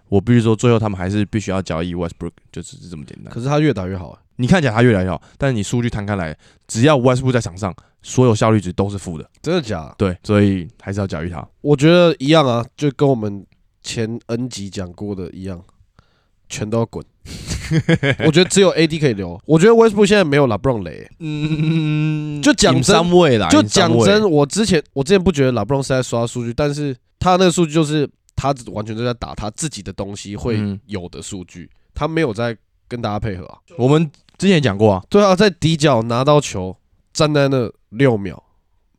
Speaker 2: 我必须说，最后他们还是必须要交易 Westbrook，就只是这么简单
Speaker 3: 可。是他越打越好、欸。
Speaker 2: 你看起来他越来越好，但是你数据摊开来，只要 Westbrook 在场上，所有效率值都是负的。
Speaker 3: 真的假的？
Speaker 2: 对，所以还是要交易他。
Speaker 3: 我觉得一样啊，就跟我们前 N 集讲过的一样，全都要 滚。我觉得只有 AD 可以留。我觉得 Westbrook 现在没有 LeBron 雷欸、
Speaker 2: 嗯，
Speaker 3: 就讲真
Speaker 2: 三位啦，
Speaker 3: 就
Speaker 2: in
Speaker 3: 讲
Speaker 2: some way
Speaker 3: 真，我之前我之前不觉得 LeBron 是在刷数据，但是他那个数据就是他完全就在打他自己的东西会
Speaker 2: 嗯
Speaker 3: 有的数据，他没有在跟大家配合啊。
Speaker 2: 我们之前也讲过啊，
Speaker 3: 对啊，在底角拿到球，站在那六秒，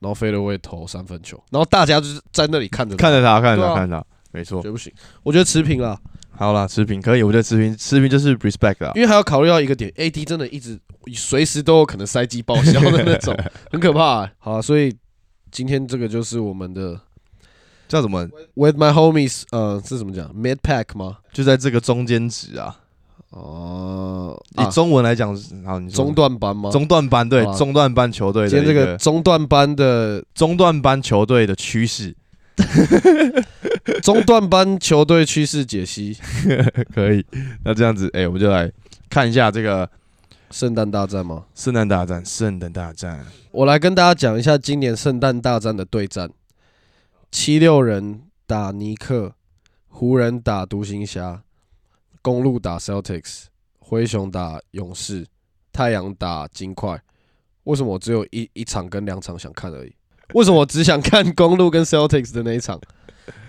Speaker 3: 然后飞了位投三分球，然后大家就是在那里看着他，
Speaker 2: 看着他，看着
Speaker 3: 对
Speaker 2: 他，
Speaker 3: 啊
Speaker 2: 看着他，没错
Speaker 3: 觉。得不行，我觉得持平了。
Speaker 2: 好啦，持平可以，我觉得持平，持平就是 respect 啦。
Speaker 3: 因为还要考虑到一个点，AD 真的一直随时都有可能塞机报销的那 种，很可怕、好、啊，所以今天这个就是我们的
Speaker 2: 叫什么？
Speaker 3: With My Homies，呃，是怎么讲？Mid Pack 吗？
Speaker 2: 就在这个中间值啊。
Speaker 3: 哦、啊
Speaker 2: 以中文来讲，好，你说
Speaker 3: 中段班吗？
Speaker 2: 中段班对
Speaker 3: 好啊
Speaker 2: 中段班球队
Speaker 3: 今
Speaker 2: 的
Speaker 3: 天这
Speaker 2: 一
Speaker 3: 个
Speaker 2: 个
Speaker 3: 中段班的
Speaker 2: 中段班球队的趋势，
Speaker 3: 中段班球队趋势解析，
Speaker 2: 可以。那这样子，哎，我们就来看一下这个
Speaker 3: 圣诞大战吗？
Speaker 2: 圣诞大战，圣诞大战。
Speaker 3: 我来跟大家讲一下今年圣诞大战的对战：七六人打尼克，湖人打独行侠，公路打 Celtics，灰熊打勇士，太阳打金块。为什么我只有一一场跟两场想看而已？为什么我只想看公路跟 Celtics 的那一场？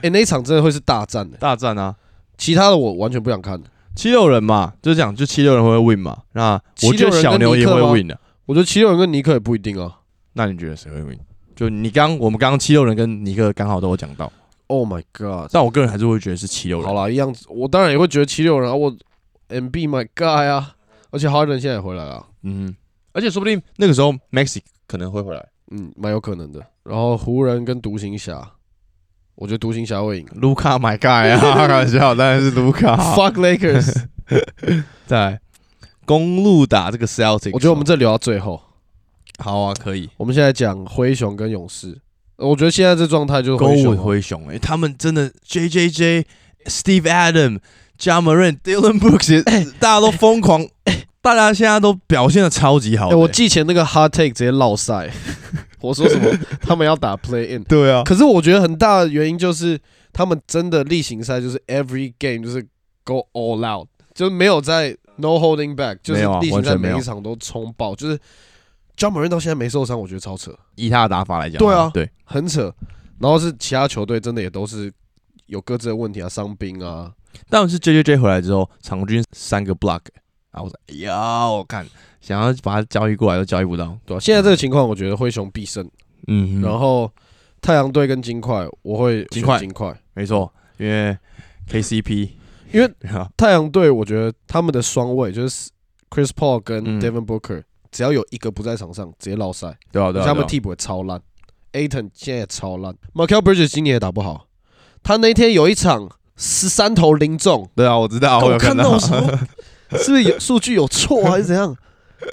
Speaker 3: 诶，那一场真的会是大战的、
Speaker 2: 大战啊，
Speaker 3: 其他的我完全不想看。
Speaker 2: 七六人嘛，就讲就七六人会 win 嘛。那我
Speaker 3: 七六
Speaker 2: 觉得
Speaker 3: 人跟
Speaker 2: 小牛也
Speaker 3: 尼
Speaker 2: 会
Speaker 3: 克吗
Speaker 2: win 的。
Speaker 3: 我觉得七六人跟尼克也不一定啊。
Speaker 2: 那你觉得谁会 win？就你刚我们刚刚七六人跟尼克刚好都有讲到，
Speaker 3: Oh my god！
Speaker 2: 但我个人还是会觉得是七六人。
Speaker 3: 好啦，一样，我当然也会觉得七六人啊，我 M B my guy 啊，而且 Harden 现在也回来了，
Speaker 2: 嗯，而且说不定那个时候 Maxi 可能会回来，
Speaker 3: 嗯，蛮有可能的。然后湖人跟独行侠，我觉得独行侠 会赢。
Speaker 2: 卢卡 My God 啊， 开玩笑，当然是卢卡。
Speaker 3: Fuck Lakers！
Speaker 2: 再来公路打这个 Celtics，
Speaker 3: 我觉得我们这留到最后，
Speaker 2: 好啊，可以。
Speaker 3: 我们现在讲灰熊跟勇士。呃我觉得现在这状态就是
Speaker 2: 勾
Speaker 3: 灰熊
Speaker 2: 吻
Speaker 3: 啊、
Speaker 2: 灰熊，哎、他们真的 J J J、Steve Adam、j a m a r a n Dylan Brooks，也、大家都疯狂、大家现在都表现的超级好
Speaker 3: 哎、
Speaker 2: 的、欸
Speaker 3: 我季前那个 hard take 直接落赛， 我说 什么？他们要打 play in，
Speaker 2: 对啊，
Speaker 3: 可是我觉得很大的原因就是他们真的例行赛就是 every game 就是 go all out，就是没有在 no holding back，就是
Speaker 2: 没有啊
Speaker 3: 例行
Speaker 2: 完
Speaker 3: 赛
Speaker 2: 全没
Speaker 3: 每
Speaker 2: 有
Speaker 3: 一场都冲爆，就是 j o h n m o r a n 到现在没受伤，我觉得超扯，
Speaker 2: 以他的打法来讲，
Speaker 3: 对啊
Speaker 2: 对，
Speaker 3: 很扯。然后是其他球队真的也都是有各自的问题啊，伤兵啊，
Speaker 2: 但是 J J J 回来之后，场均三个 block，然后我说，哎呀，我看想要把他交易过来都交易不到，
Speaker 3: 对吧、啊现在这个情况，我觉得灰熊必胜。
Speaker 2: 嗯
Speaker 3: 然后太阳队跟金块，我会
Speaker 2: 金块
Speaker 3: 选金块。
Speaker 2: 没错，因为 K C P，啊
Speaker 3: 因为太阳队，我觉得他们的双位就是 Chris Paul 跟
Speaker 2: 嗯
Speaker 3: Devin Booker，、只要有一个不在场上，直接落赛。
Speaker 2: 对啊
Speaker 3: 而
Speaker 2: 对
Speaker 3: 且
Speaker 2: 啊，
Speaker 3: 他们替补也超烂，Aton 现在也超烂，Michael Bridges 今年也打不好。他那天有一场十三投零中，
Speaker 2: 对啊，我知道，
Speaker 3: 我
Speaker 2: 有
Speaker 3: 看
Speaker 2: 看
Speaker 3: 到什么？是不是有数据有错啊还是怎样？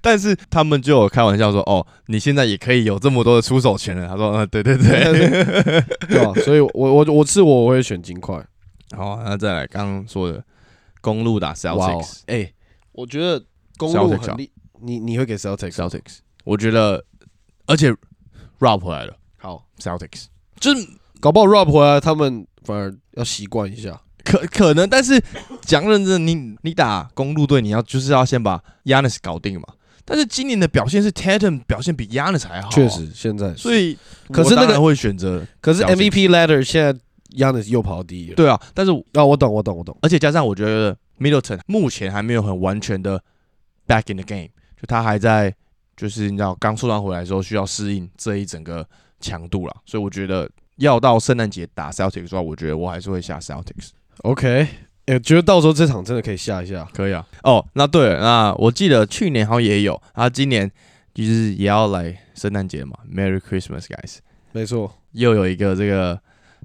Speaker 2: 但是他们就有开玩笑说：“哦，你现在也可以有这么多的出手权了。”他说：“嗯，对对 对。
Speaker 3: 对吧、所以我我我是我我会选金块。”
Speaker 2: 好，那再来刚刚说的公路打
Speaker 3: 哇哦
Speaker 2: Celtics，Celtics，、
Speaker 3: 哎、我觉得公路
Speaker 2: Celtics 啊
Speaker 3: 很厉，你你会给 Celtics 啊
Speaker 2: Celtics 我觉得，而且 Rob 回来了
Speaker 3: 好，
Speaker 2: ，Celtics 就是
Speaker 3: 搞不好 Rob 回来，他们反而要习惯一下。
Speaker 2: 可可能，但是讲认真，你你打公路队，你要就是要先把 Yanis 搞定嘛。但是今年的表现是 Tatum 表现比 Yanis 还好、啊
Speaker 3: 确，实，现在
Speaker 2: 所以
Speaker 3: 可是那个
Speaker 2: 我当然会选择
Speaker 3: 可是
Speaker 2: Celtics
Speaker 3: MVP ladder 现在 Yanis 又跑第一了。
Speaker 2: 对啊，但是
Speaker 3: 啊，我懂，我懂，我懂。
Speaker 2: 而且加上我觉得 Middleton 目前还没有很完全的 back in the game，就他还在就是你知道刚受伤回来的时候需要适应这一整个强度啦，所以我觉得要到圣诞节打 Celtics 的话，我觉得我还是会下 Celtics。
Speaker 3: OK，哎、觉得到时候这场真的可以下一下。
Speaker 2: 可以啊。哦，那对了，那我记得去年好像也有，啊，今年就是也要来圣诞节嘛，Merry Christmas guys，
Speaker 3: 没错。
Speaker 2: 又有一个这个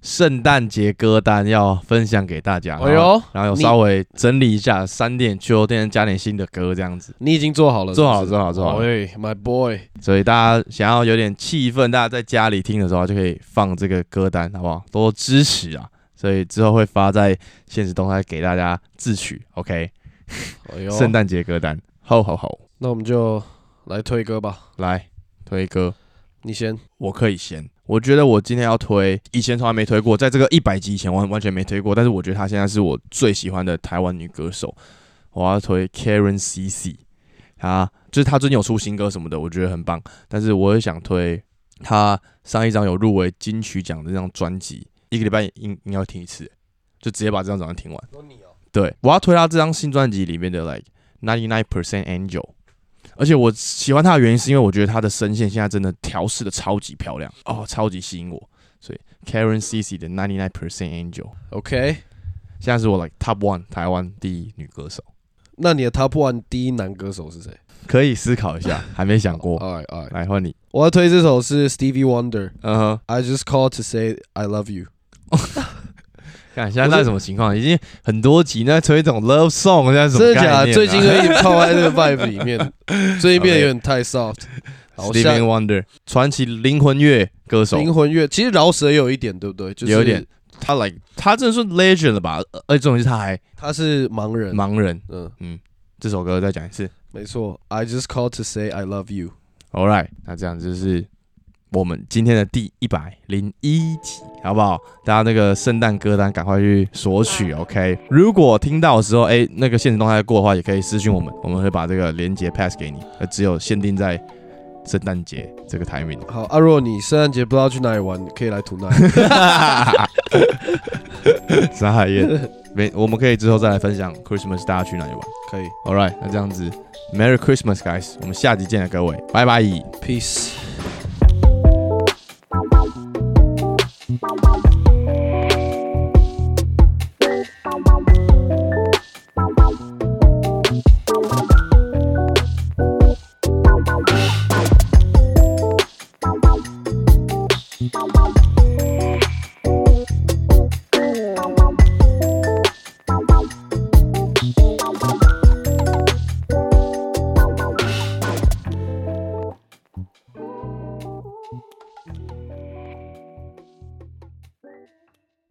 Speaker 2: 圣诞节歌单要分享给大家。
Speaker 3: 哎呦，
Speaker 2: 然后有
Speaker 3: 你
Speaker 2: 稍微整理一下三点秋天加点新的歌这样子，
Speaker 3: 你已经做好了
Speaker 2: 做好了
Speaker 3: 是不是
Speaker 2: 做好了做好了
Speaker 3: 哎、m y boy，
Speaker 2: 所以大家想要有点气氛，大家在家里听的时候就可以放这个歌单，好不好？多多支持啊！所以之后会发在现实动态给大家自取，OK？
Speaker 3: 哎呦，
Speaker 2: 圣诞节歌单，吼吼吼，
Speaker 3: 那我们就来推歌吧。
Speaker 2: 来推歌，
Speaker 3: 你先，
Speaker 2: 我可以先。我觉得我今天要推，以前从来没推过，在这个一百集以前完完全没推过，但是我觉得她现在是我最喜欢的台湾女歌手，我要推 Karen CC，她就是她最近有出新歌什么的，我觉得很棒，但是我也想推她上一张有入围金曲奖的那张专辑，一个礼拜应应该要听一次，就直接把这张专辑听完。对，我要推她这张新专辑里面的 like ninety nine percent angel。而且我喜欢她的原因是因为我觉得她的声线现在真的调试的超级漂亮哦，超级吸引我。所以 Karen CC 的 Ninety Nine Percent Angel
Speaker 3: OK，
Speaker 2: 现在是我 like top one 台湾第一女歌手，
Speaker 3: 那你的 Top One 第一男歌手是谁？
Speaker 2: 可以思考一下，还没想 过。
Speaker 3: 哎哎，
Speaker 2: 来换你，
Speaker 3: 我要推这首是 Stevie Wonder，《
Speaker 2: 嗯、哼
Speaker 3: I Just Called to Say I Love You》。
Speaker 2: 看现在在什么情况？已经很多集呢推这种 love song，现在是什
Speaker 3: 真
Speaker 2: 么
Speaker 3: 的假
Speaker 2: 概
Speaker 3: 的？
Speaker 2: 念啊
Speaker 3: 最 近有点泡在这个 vibe 里面，最近变得有点太 soft。好，下
Speaker 2: Stevie Wonder 传奇灵魂乐歌手，
Speaker 3: 灵魂乐其实饶舌也有一点，对不对？就是
Speaker 2: 有点他 like 他真的是 legend 了吧？而且重点是他还
Speaker 3: 他是盲人，
Speaker 2: 盲人。
Speaker 3: 嗯，
Speaker 2: 这首歌再讲一次。
Speaker 3: 没错。I just called to say I love you。
Speaker 2: All right，那这样就是我们今天的第一百零一集，好不好？大家那个圣诞歌单赶快去索取，OK？如果听到的时候，哎、那个现实动态过的话，也可以私信我们，我们会把这个链接 pass 给你，呃，只有限定在圣诞节这个台名。
Speaker 3: 好，阿若，你圣诞节不知道去哪里玩，可以来吐奶。
Speaker 2: 傻海燕，没，我们可以之后再来分享 Christmas 大家去哪里玩。
Speaker 3: 可以
Speaker 2: All right，那这样子，Merry Christmas guys，我们下集见了各位，拜拜。
Speaker 3: ，peace。
Speaker 1: Thank